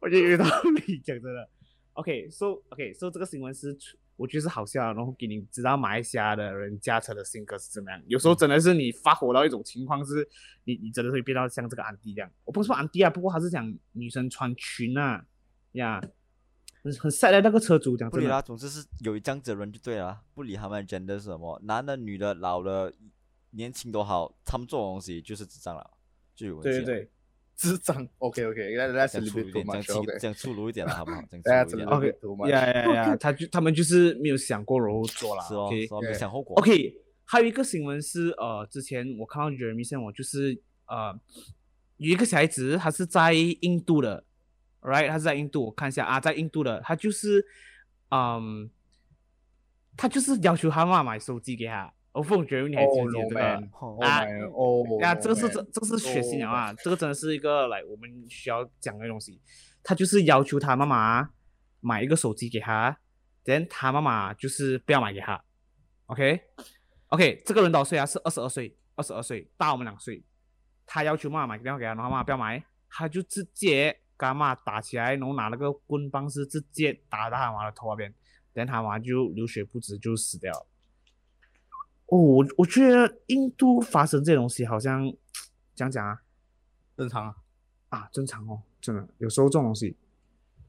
我觉得 有道理，讲真的。OK，so OK，so 这个新闻是出，我觉得是好笑的，然后给你知道马来西亚的人驾车的性格是怎么样。有时嗯候真的是你发火到一种情况是，你你真的会变到像这个安迪这样。我不是说安迪啊，不过他是讲女生穿裙啊，呀，很很晒的那个车主讲不啊真理啦，的，总之是有这样子的人就对了，不理他们 gender 是什么，男的、女的、老的、年轻都好，他们做的东西就是智障了，就有问对题对了。对智障。OK OK，那 that's 讲 a 粗 little 鲁一 bit too much。点，讲粗 OK，讲粗鲁一点 啦，好不好？讲 that's 粗 a 鲁一点 little OK， bit too 呀 much。呀呀，他就他们就是没有想过然后做了是哦， ，OK 是。哦，没有对想后果。 OK，还有一个新闻是，呃，之前我看到 Jeremy 向我就是，呃，有一个小孩子，他是在印度的，right，他是在印度，我看一下啊，在印度的，他就是，嗯，他就是要求他妈妈买手机给他，我问 Jeremy 你还记不记得 no 这 man 个？哦哦 啊 man，哦呀，这个是这 man 这个是血腥了啊，这个真的是一个来我们需要讲的东西。他就是要求他妈妈买一个手机给他，然后他妈妈就是不要买给他， OK，OK，、这个人多少岁啊？是二十二岁，二十二岁大我们两岁。他要求妈妈买个电话给他，然后妈妈不要买，他就直接跟他妈打起来，然后拿那个棍棒是直接打到他妈的头那边，然后他妈就流血不止就死掉了。哦，我我觉得印度发生这些东西好像讲讲啊，正常啊。啊，正常哦，真的，有时候这种东西，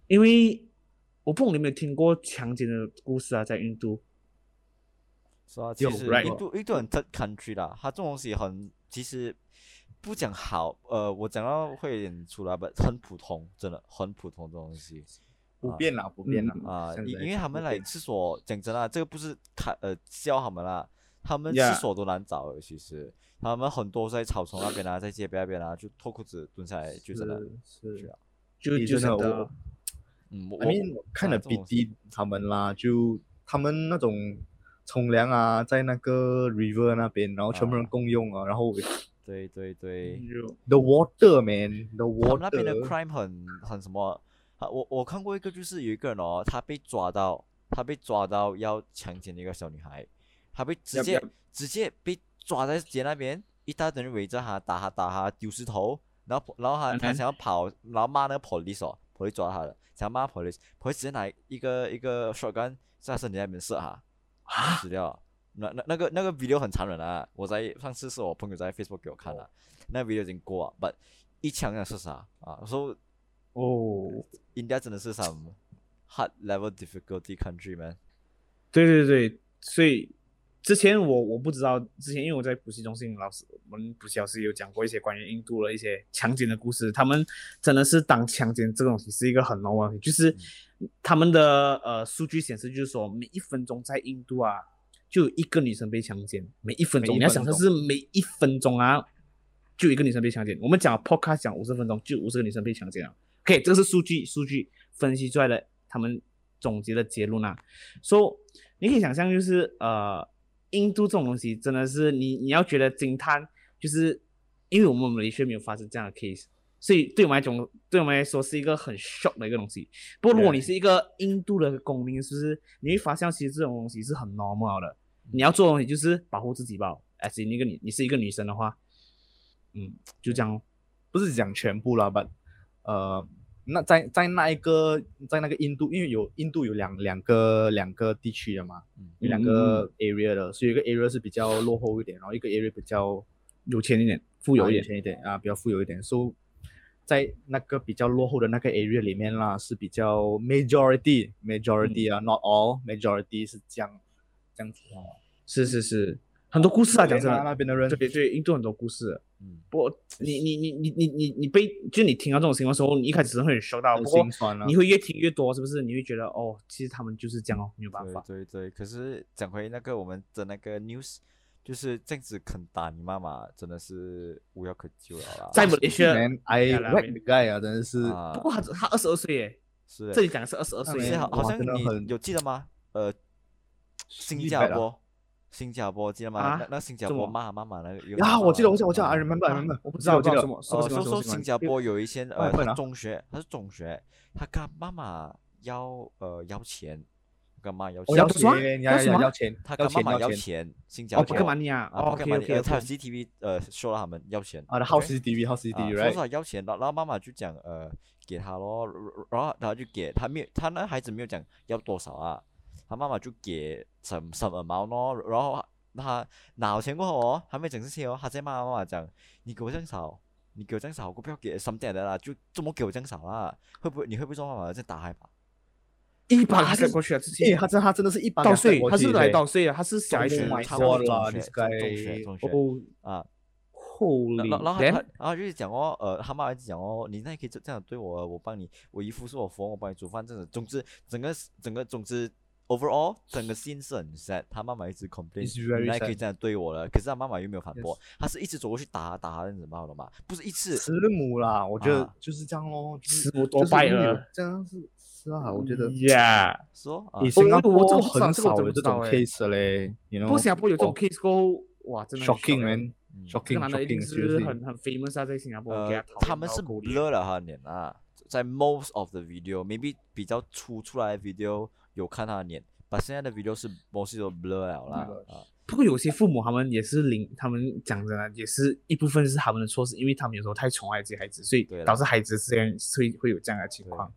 因为我不懂你有没有听过强奸的故事啊，在印度，是啊，其有实 right 印度印度很 third country 啦，它这种东西很其实不讲好，呃，我讲到会有点出来吧，很普通，真的很普通这种东西不变啦，不变啦嗯啊，现因在因为他不们变来厕所，讲真啊，这个不是开呃笑他们啦，他们厕 Yeah 所都难找的，其实他们很多在草丛那边啊，在街边那边啊，就脱裤子蹲下来就真的，是是啊就你就真的是我的，嗯，我 I mean，我看了啊这种 BD 他们啦，就他们那种冲凉啊，在那个 river 那边，然后全部人啊共用啊，然后对对对，嗯就 the water man，the 他们那边的 water， crime 很很什么？啊，我我看过一个，就是有一个人哦，他被抓到，他被抓到要强奸的一个小女孩，他被直 Yup, 接 yup. 直接被抓在街那边，一大堆人围着他打他打他丢石头，然后然后他他 Mhm. 想要跑，然后骂那个 police 哦，police 抓他了，想骂 police，police 直接拿一个一个 shotgun 在他身体那边射他，啊，死掉了。那那那个那个 video 很残忍啊！我在上次是我朋友在 Facebook 给我看的、哦那 video 已经过了，but 一枪这样射杀啊！说、so, 哦， India 真的是 some hard level difficulty country man。对对对，所以之前我我不知道，之前因为我在补习中心，老师我们补习老师有讲过一些关于印度的一些强奸的故事，他们真的是当强奸这个东西是一个很 normal 的东西，就是嗯他们的呃数据显示，就是说每一分钟在印度啊，就有一个女生被强奸，每一分每钟一你要分想的钟是每一分钟啊，就有一个女生被强奸。我们讲 podcast 讲五十分钟，就五十个女生被强奸了。OK，这个是数据数据分析出来的，他们总结的结论啊。so, 你可以想象，就是呃，印度这种东西真的是你你要觉得惊叹，就是因为我们马来西亚没有发生这样的 case，所以对我们来讲，对我们来说是一个很 shock 的一个东西。不过如果你对是一个印度的公民，是不是你会发现其实这种东西是很 normal 的。你要做的东西就是保护自己吧。而且那个女你是一个女生的话，嗯，就这样哦。不是讲全部啦，but 呃，那在在那一个在那个印度，因为有印度有两两个两个地区的嘛，嗯有两个 area 的，所以有一个 area 是比较落后一点，然后一个 area 比较有钱一点，富有一一点，点一点啊，比较富有一点。So，在那个比较落后的那个 area 里面啦，是比较 majority majority 嗯啊、n o t all majority 是这样这样子啊。是是是，很多故事啊，讲真那的那，边的人，对对，印度很多故事。嗯，不过你你你你你你你被，就你听到这种情况的时候，你一开始会很 shock 到，很不过心酸啊你。会越听越多，是不是？你会觉得哦，其实他们就是这样哦，没有办对法。对对。可是讲回那个我们的那个 news，就是这样子肯打你妈妈，真的是无药可救了啦。在马来西亚， Man, I Yeah, lah, I whack mean- the guy 啊，真的是啊不过他只他二十二岁耶，是这的里讲的是二十二对岁是耶啊好，好哇像真的你很有记得吗？呃，新 really 加 bad 啊坡，新加坡记得吗？啊那那新加什坡么骂骂骂那个有啊，骂我记得，骂我记得，我记得，I 骂 remember, I 啊 remember，我不知知道道我记得什么，什么哦，什么说什么说什么新加坡有一些外呃，汇他啦中学，他是中学，他跟他妈妈要呃要钱，干嘛要我要哦要什么钱，要要什么要钱，他要跟妈钱，妈要钱。钱，新加哦，坡不干嘛你啊？啊，哦不干嘛 OK 你， OK 呃他有 OK。 CTV 呃说了他们要钱啊，然后 OK？ CCTV，后啊， CCTV，说是 right？他要钱，然后然后妈妈就讲呃给他咯，然后然后就给他没有他那孩子没有讲要多少啊，他妈妈就给什什么毛咯，然后他拿了钱过后哦，还没讲这些哦，他再骂妈妈讲你给我这样少，你给我这样少，我不要给 something 的啦，就这么给我这样少啦，会不会你会不会说妈妈在打害吧？一把他是过去了，之诶，前他真他真的是一把到两百岁，国他是籍来嘞到岁了，他是小孩中子 Oh 学 my 差不多 God 啦中学，this 中中学 guy 中学哦，啊，然 Holy，然然后 then？他然后就是讲哦，呃，他妈一直讲哦，你那里可以这这样对我，我帮你，我姨夫是我缝，我帮你煮饭这样子。总之，整个整个总之，overall 整个 scene 是很 sad。他妈妈一直 complain， It's very 你那里可以 sad 这样对我了，可是他妈妈又没有反驳，他是一直走过去打他打他那样子骂了嘛，不是一次。慈母啦，我觉得啊就是这样咯，就是慈母多就是败因为有儿，这样是是啊，我觉得 Yeah，说啊以，新加我这坡个我很这个少我有真不这知道种欸 case 嘞，你不 know，过新加坡有这种哦 case 过后，哇，真的很 shocking shock 欸 man 嗯这个 shocking 男的一 shocking 定是 seriously 很很 famous 啊，在新加坡，给呃，讨他厌们到是狗 blur 了他的脸啊，在 most of the video，maybe 比较粗出来的 video 有看他的脸，but 把现在的 video 是 mostly 都 blur 了啦啊，不过有些父母他们也是零，他们讲真的也是一部分是他们的错，是因为他们有时候太宠爱自己孩子，所以对啦导致孩子之间会会有这样的情况。嗯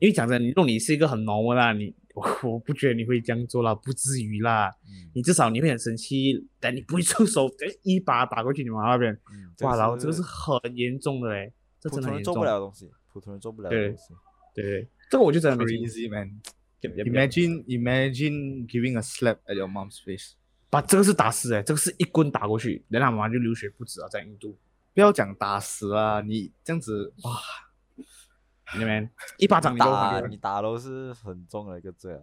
因为讲真的，如果你是一个很 normal 啦，你 我我不觉得你会这样做啦，不至于啦。嗯你至少你会很生气，但你不会出手，但一把打过去你妈妈那边，嗯，哇，然后这个是很严重的嘞，这普真的通很人严做重。不了的东西，普通人做不了的对东西。对，对对，这个我就真的没听过。 Crazy man. 也也不了 Imagine, imagine giving a slap at your mom's face. 把这个是打死哎，这个是一棍打过去，人家妈妈就流血不止啊，在印度。不要讲打死啊，你这样子哇，你们一巴掌你都打还你打都是很重的一个罪啊。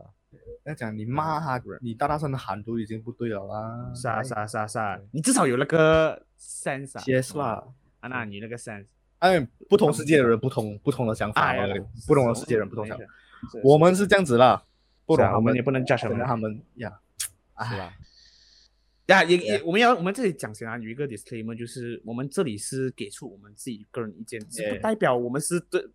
要讲你骂他，你大大声的喊都已经不对了啦。是啊是啊是啊是啊，你至少有那个 sense 啊。 ，yes 啦。啊，那你那个 sense，哎，不同世界的人不同不同的想法哎嘛呀，啊不同的世界人不同想想法。。我们是这样子啦，不不懂啊然我们也不能叫什可么能。他们呀，是哎，吧？呀，也也，我们要我们这里讲先啊，有一个 disclaimer，就是我们这里是给出我们自己个人意见，是不 Yeah 代表我们是对，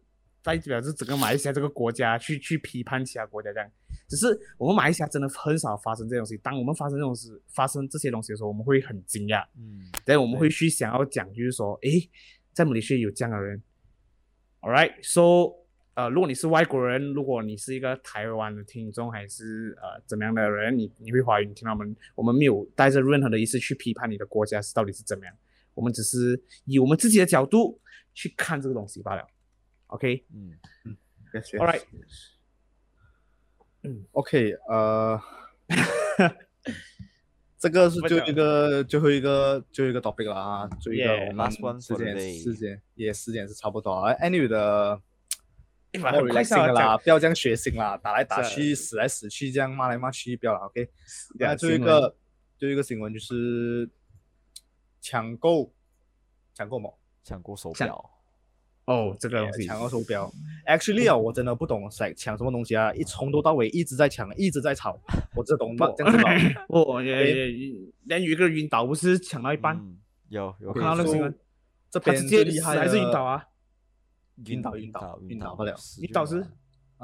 代表是整个马来西亚这个国家去去批判其他国家这样。只是我们马来西亚真的很少发生这种事情。当我们发生这种事、发生这些东西的时候，我们会很惊讶，嗯，但我们会去想要讲，就是说，诶，在马来西亚有这样的人。All right，so，呃，如果你是外国人，如果你是一个台湾的听众，还是呃怎么样的人，你你会华语，你听到我们，我们没有带着任何的意思去批判你的国家是到底是怎么样，我们只是以我们自己的角度去看这个东西罢了。OK，嗯， Yes, yes. All right. 嗯 OK，呃， 这个是最后一个最后一个最后一个 topic 了啊，最后一个 Yeah, 我 last one 们 for 时 the 间 day 时间也时间是差不多啊。Anyway 的，一不般要很哎快 relaxing 下来的啦，讲，不要这样血腥啦，打来打是啊去，死来死去，这样骂来骂去，不要了。OK，对啊那最后一新闻个最后一个新闻就是抢购，抢购某。抢过手抢表，哦，这个东西抢到手表。Actually 啊，我真的不懂在抢什么东西啊，一从头到尾一直在抢，一直在吵，我只懂骂这样子骂。哦，也也也连有一个晕倒不是抢到一半，嗯有有我看到那个新闻，这他边直接最厉死害还是晕倒的啊？晕倒晕晕倒倒晕倒倒不了死晕就倒了是啊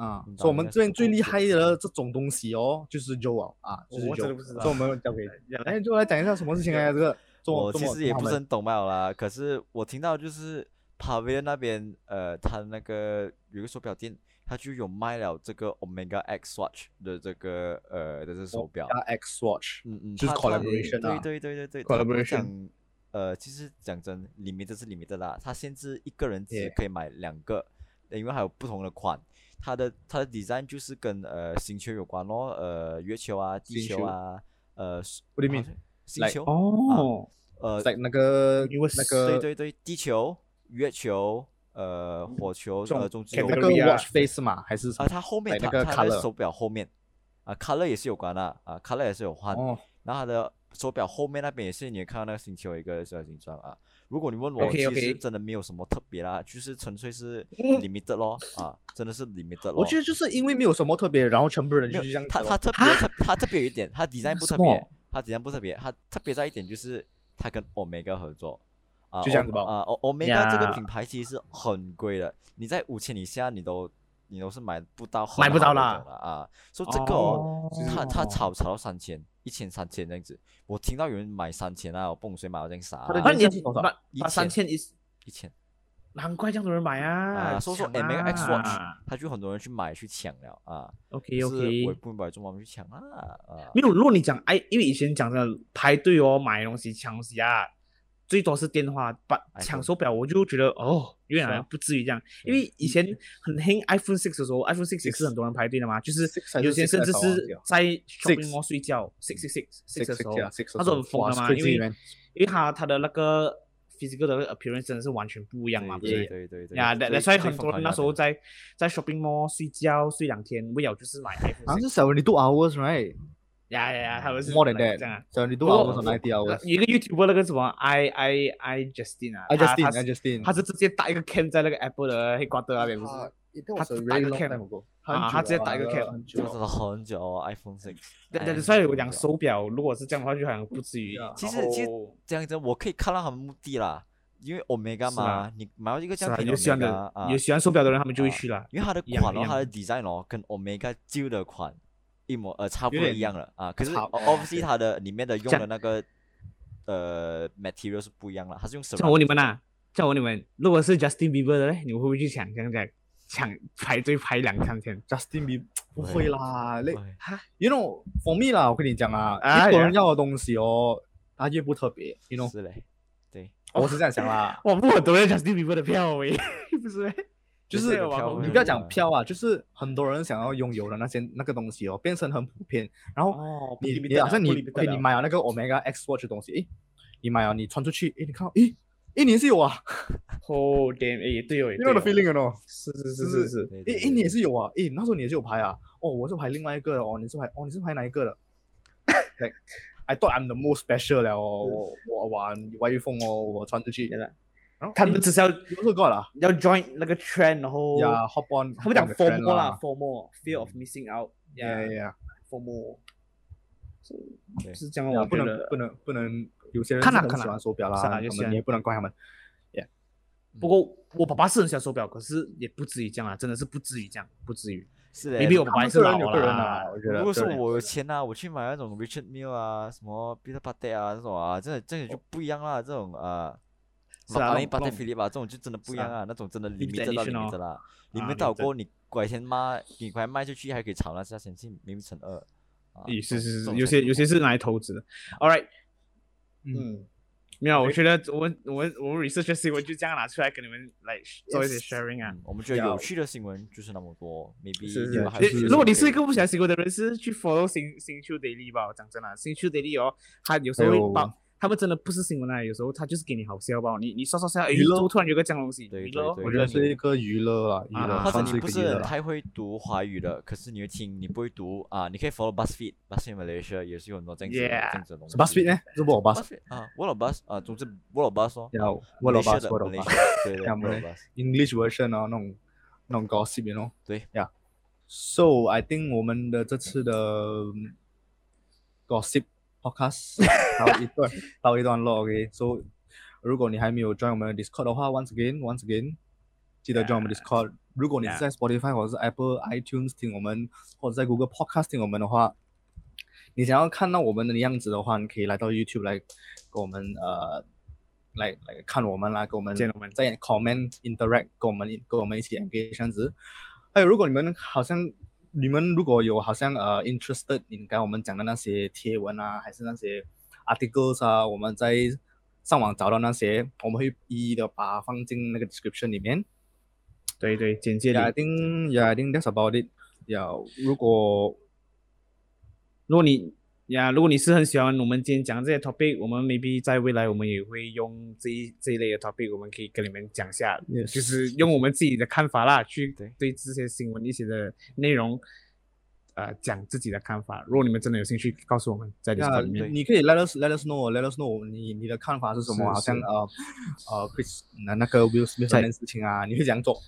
啊嗯！所以我们这边最厉害的这种东西哦，就是 Joe 啊啊，就是我真的 Joe。不知道所以我们交给原来哎，就来讲一下什么事情啊？这个我做其做实也不是是很懂嘛啦，可是我听到就是 Pavilion 那边，呃，他那个有一个手表店，他就有卖了这个 Omega X Watch 的这个呃的这个手表， X Watch，嗯嗯，就是它它 collaboration 啊对对对对对它不 Collaboration 讲呃，其实讲真，里面这是里面的啦，它限制一个人只 Yeah 可以买两个，因为还有不同的款。它的它的 design 就是跟呃星球有关咯，呃月球啊、地星球球啊，呃，s- What do you mean？好像星 Like- 球哦，呃在那个因为那对个对对，地球、月球、呃，火球、中呃，中之那有 category 个 Korea watch face 嘛，还是什啊，么它后面 like 那它个它的 colour 手表后面啊，color 也是有关的啊，color 也是有换，哦，然后它的手表后面那边也是你看到那个星球有一个小形状啊。如果你问我，其 OK，OK 实真的没有什么特别啦，就是纯粹是嗯 limited 咯啊，真的是 limited 咯。我觉得啊就是因为没有什么特别，然后全部人没就有是这样子它咯它特别它它特别有一点，它 design 不特什么别，它 design 不特别，它特别在一点就是它跟 Omega 合作啊，就这样子吧啊，O-，Omega 这个呀品牌其实是很贵的，你在五千以下你都你都是买不到很买不到好的啦那种了啊。说这个哦，哦它它炒炒到三千，一千三千这样子，我听到有人买三千啊，我蹦水买到这样傻啊，它的那原你价是多少把一把千三千一，一千难怪这样多人买啊！啊，所以说抢 Omega X 啊 Watch 它就很多人去买去抢了啊， OK 就是 OK，我也不明白中国人去抢啊啊。没有，如果你讲哎，因为以前讲的排队哦，买东西抢东西啊，最多是电话，把 iPhone 抢手表我就觉得哦，有点是啊不至于这样，因为以前很兴 iPhone Six 的时候，iPhone Six 也是 Six 很多人排队的嘛，就是还是有些 six 甚至来着是在 shopping Six mall 睡觉，Six Six Six Six 的时候， six 那时候很疯的嘛，因为因为他他的那个 physical 的那个 appearance 真的是完全不一样嘛，不对是？对对对呀，对那所以很多人那时候。最最疯狂的在在 shopping mall 睡觉睡两天，为了就是买 iPhone 好像 six。是 seventy two hours right 呀呀呀，他们是啊 more than 这样啊 that。seventy two 不过 hours or ninety 有 hours 一个 YouTuber 那个什么 I I I Justin 啊 I just 他 did 他 I 是 just did 他是直接打一个 cam 在那个 Apple 的黑瓜的那边，不是？啊他他打一个 cam 啊他直接打一个 cam 很久这个真了的很久哦，iPhone six。对哎对，所以我讲，很久手哦表，如果是这样的话，就好像不至于对啊。其实然后其实这样子我可以看到他们目的啦，因为 Omega 是嘛啊，你买到一个这是样啊，便宜有喜欢 Omega 的啊有，喜欢手表的人，他们就会去了。因为它的一样款一哦，样它的 design 哦，跟 Omega 旧的款一模呃差不有多点一样了啊。可是差 o 不多 b v i s l y 它的里面的用像的那个呃 material 是不一样了，它是用什这样我问么？你们啊，这样我问你们，如果是 Justin Bieber 的呢，你们会不会去抢？这样讲，抢排队排两三天？ Justin Bieber 不会会啦，那哎 you know for me 啦，我跟你讲啊，哎呀越多人要的东西哦，它越不特别，you know，是嘞，对，我是这样想啦，哇，不，我都要 Justin Bieber 的票喂， 不是咩？就这是个网票红你会不要有讲啊票啊，就是很多人想要拥有的那些那个东西哦，变成很普遍，然后哦你你好像你 OK，你买了那个 Omega X Watch 的东西，诶，你买了你穿出去，诶，你看到，诶，一年是有啊， Oh damn！哎，对哦，你 know the 对哦 feeling 了喏，是是是是是，对对诶，对诶，你也是有啊，诶，那时候你也是有拍啊，哦，我是拍另外一个的哦，你是拍哦，你是拍哪一个的？Like I thought I'm the most special 了哦，我我玩外遇风哦，我穿出去真的，然后他们只是要有时候过了要 join 那个 trend，然后呀，hop on，他们讲 hop on the trend FOMO 啦，FOMO，fear of missing ，yeah out，yeah，FOMO yeah，对是这样，啊 yeah，我不觉能得不。能不能，有些人看是啦很看喜啦欢手表啦，是啊有我些们人也不能怪他们，不过我爸爸是很喜欢手表，可是也不至于这样啊，真的是不至于这样，不至于。是嘞。没有，我如爸他们爸也是个老人有个人啊了，，我觉得如果是对我有钱啊，我去买那种 Richard Mille 啊，什么 Peter p a t e 啊，这种啊，真的真的就不一样啦。这种啊，哦是啊马那林种 p a t e 那 p h 种 i l i p 啊，这种就真的不一样是啊。那种真的 limited limit 到 edition 哦 limit 啦啊，limit 到，limited 过你拐钱妈，你拐卖出去还可以炒那下钱，去明明乘二。啊咦，是是这是，种哦有才些是有些是拿来投资的。All right，嗯，嗯，没有，我 OK 觉得我们我们我们 research 的新闻就这样拿出来跟你们来做一些 Yes sharing 啊嗯。我们觉得要有趣的新闻就是那么多，maybe 是你们还也是是是，有如果什么你是可一个以不喜欢新闻的人，是去 follow 新新秀 daily 吧。讲真的，新秀 daily 哦，他有时候还有会报，他们真的不是新闻啊，有时候他就是给你好笑吧。你你刷刷刷，哎，娱乐怎么突然有个这样的东西，对娱对乐哦对我我觉觉得得是你一个娱乐啦，娱啊乐或者算是你一不个是娱乐很啦。太会读华语的，可是你会听，你不会读啊，你可以 follow BuzzFeed，BuzzFeed Malaysia 也是有很多这样子的 Yeah 这样子的东西。什么 speed 呢？是不我 bus， ？BuzzFeed 啊，World Bus 啊，总之 World Bus 哦然后 world ，Malaysia 的 bus，world Malaysia， bus 对对看不，World 懂 Bus， English version 啊，那种那种 gossip，you know。对呀。So I think 我们的这次的嗯 gossip podcast 到一段到一段落，OK。So 如果你还没有 join 我们的 Discord 的话，once again，once again，记得 join 我们 Discord。如果你是在 Spotify 或者是 Apple iTunes 听我们，或者在 Google Podcast 听我们的话，你想要看到我们的样子的话，你可以来到 YouTube 来给我们呃，来来看我们啦，给我们见我们在 comment interact，跟我们跟我们一起 engage 这样子。还有，如果你们好像你们如果有好像呃 interested，应该我们讲的那些贴文啊，还是那些 articles 啊，我们在上网找到那些，我们会一一的把它放进那个 description 里面。对对，简介里 Yeah, I think yeah, I think that's about it. Yeah，如果如果你呀，如果你是很喜欢我们今天讲这些 topic，我们 maybe 在未来我们也会用这一这一类的 topic，我们可以跟你们讲一下 Yes 就是用我们自己的看法啦，去对对这些新闻一些的内容，呃，讲自己的看法。如果你们真的有兴趣，告诉我们在 d i 里那面。你可以 let us let us know let us know 你你的看法是什么？是好像是呃呃 Chris 那那个 Will Smith 那在件事情啊，你会怎样做？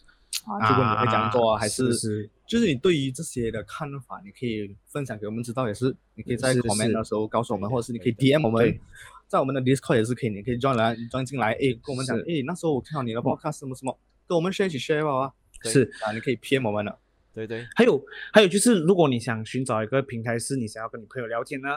啊，如果你会怎样做啊，还是是是就是你对于这些的看法，你可以分享给我们知道，也是你可以在是 comment 是的时候告诉我们，对的或者是你可以对 DM 我们对，在我们的 Discord 也是可以，你可以 join 来 join 进来，诶，跟我们讲，是诶，那时候我看到你的 podcast 什么什么，跟我们 share 一起 share 吧对是，啊，你可以 PM 我们的，对对，还有还有就是，如果你想寻找一个平台，是你想要跟你朋友聊天呢，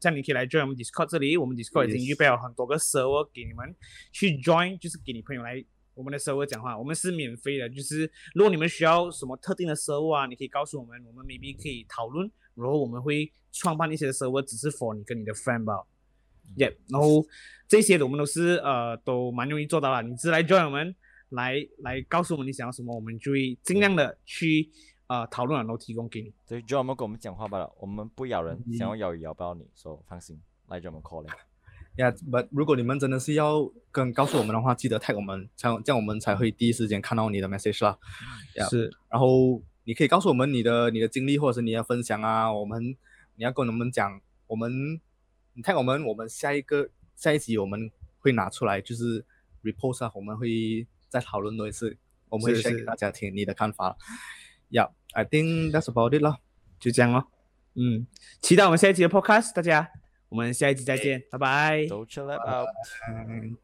这样你可以来 join 我们 Discord 这里，我们 Discord 已经 Yes 预备了很多个 server 给你们去 join，就是给你朋友来我们的 server 讲话，我们是免费的，就是如果你们需要什么特定的 server 啊，你可以告诉我们，我们 maybe 可以讨论，然后我们会创办一些 server，只是 for 你跟你的 friend 吧。Yep，然后这些的我们都是呃都蛮容易做到了，你只来 join 我们，来来告诉我们你想要什么，我们就会尽量的去呃讨论，然后提供给你。对，就让我们跟我们讲话罢了，我们不咬人，想嗯要咬也咬不到你，所以放心，来叫我们 call 嘞。呀、yeah,，but 如果你们真的是要跟告诉我们的话，记得 tag 我们，这样这样我们才会第一时间看到你的 message 啦。Yeah 是然后你可以告诉我们你的你的经历，或者是你的分享啊，我们你要跟我们讲，我们你 tag 我们，我们下一个下一集我们会拿出来就是 repost 啊，我们会再讨论多一次，我们会是 share 给是大家听你的看法。Yeah，I think that's about it 啦。就这样咯。嗯，期待我们下一期的 podcast，大家，我们下一期再见，拜拜。 Don't chill out。嗯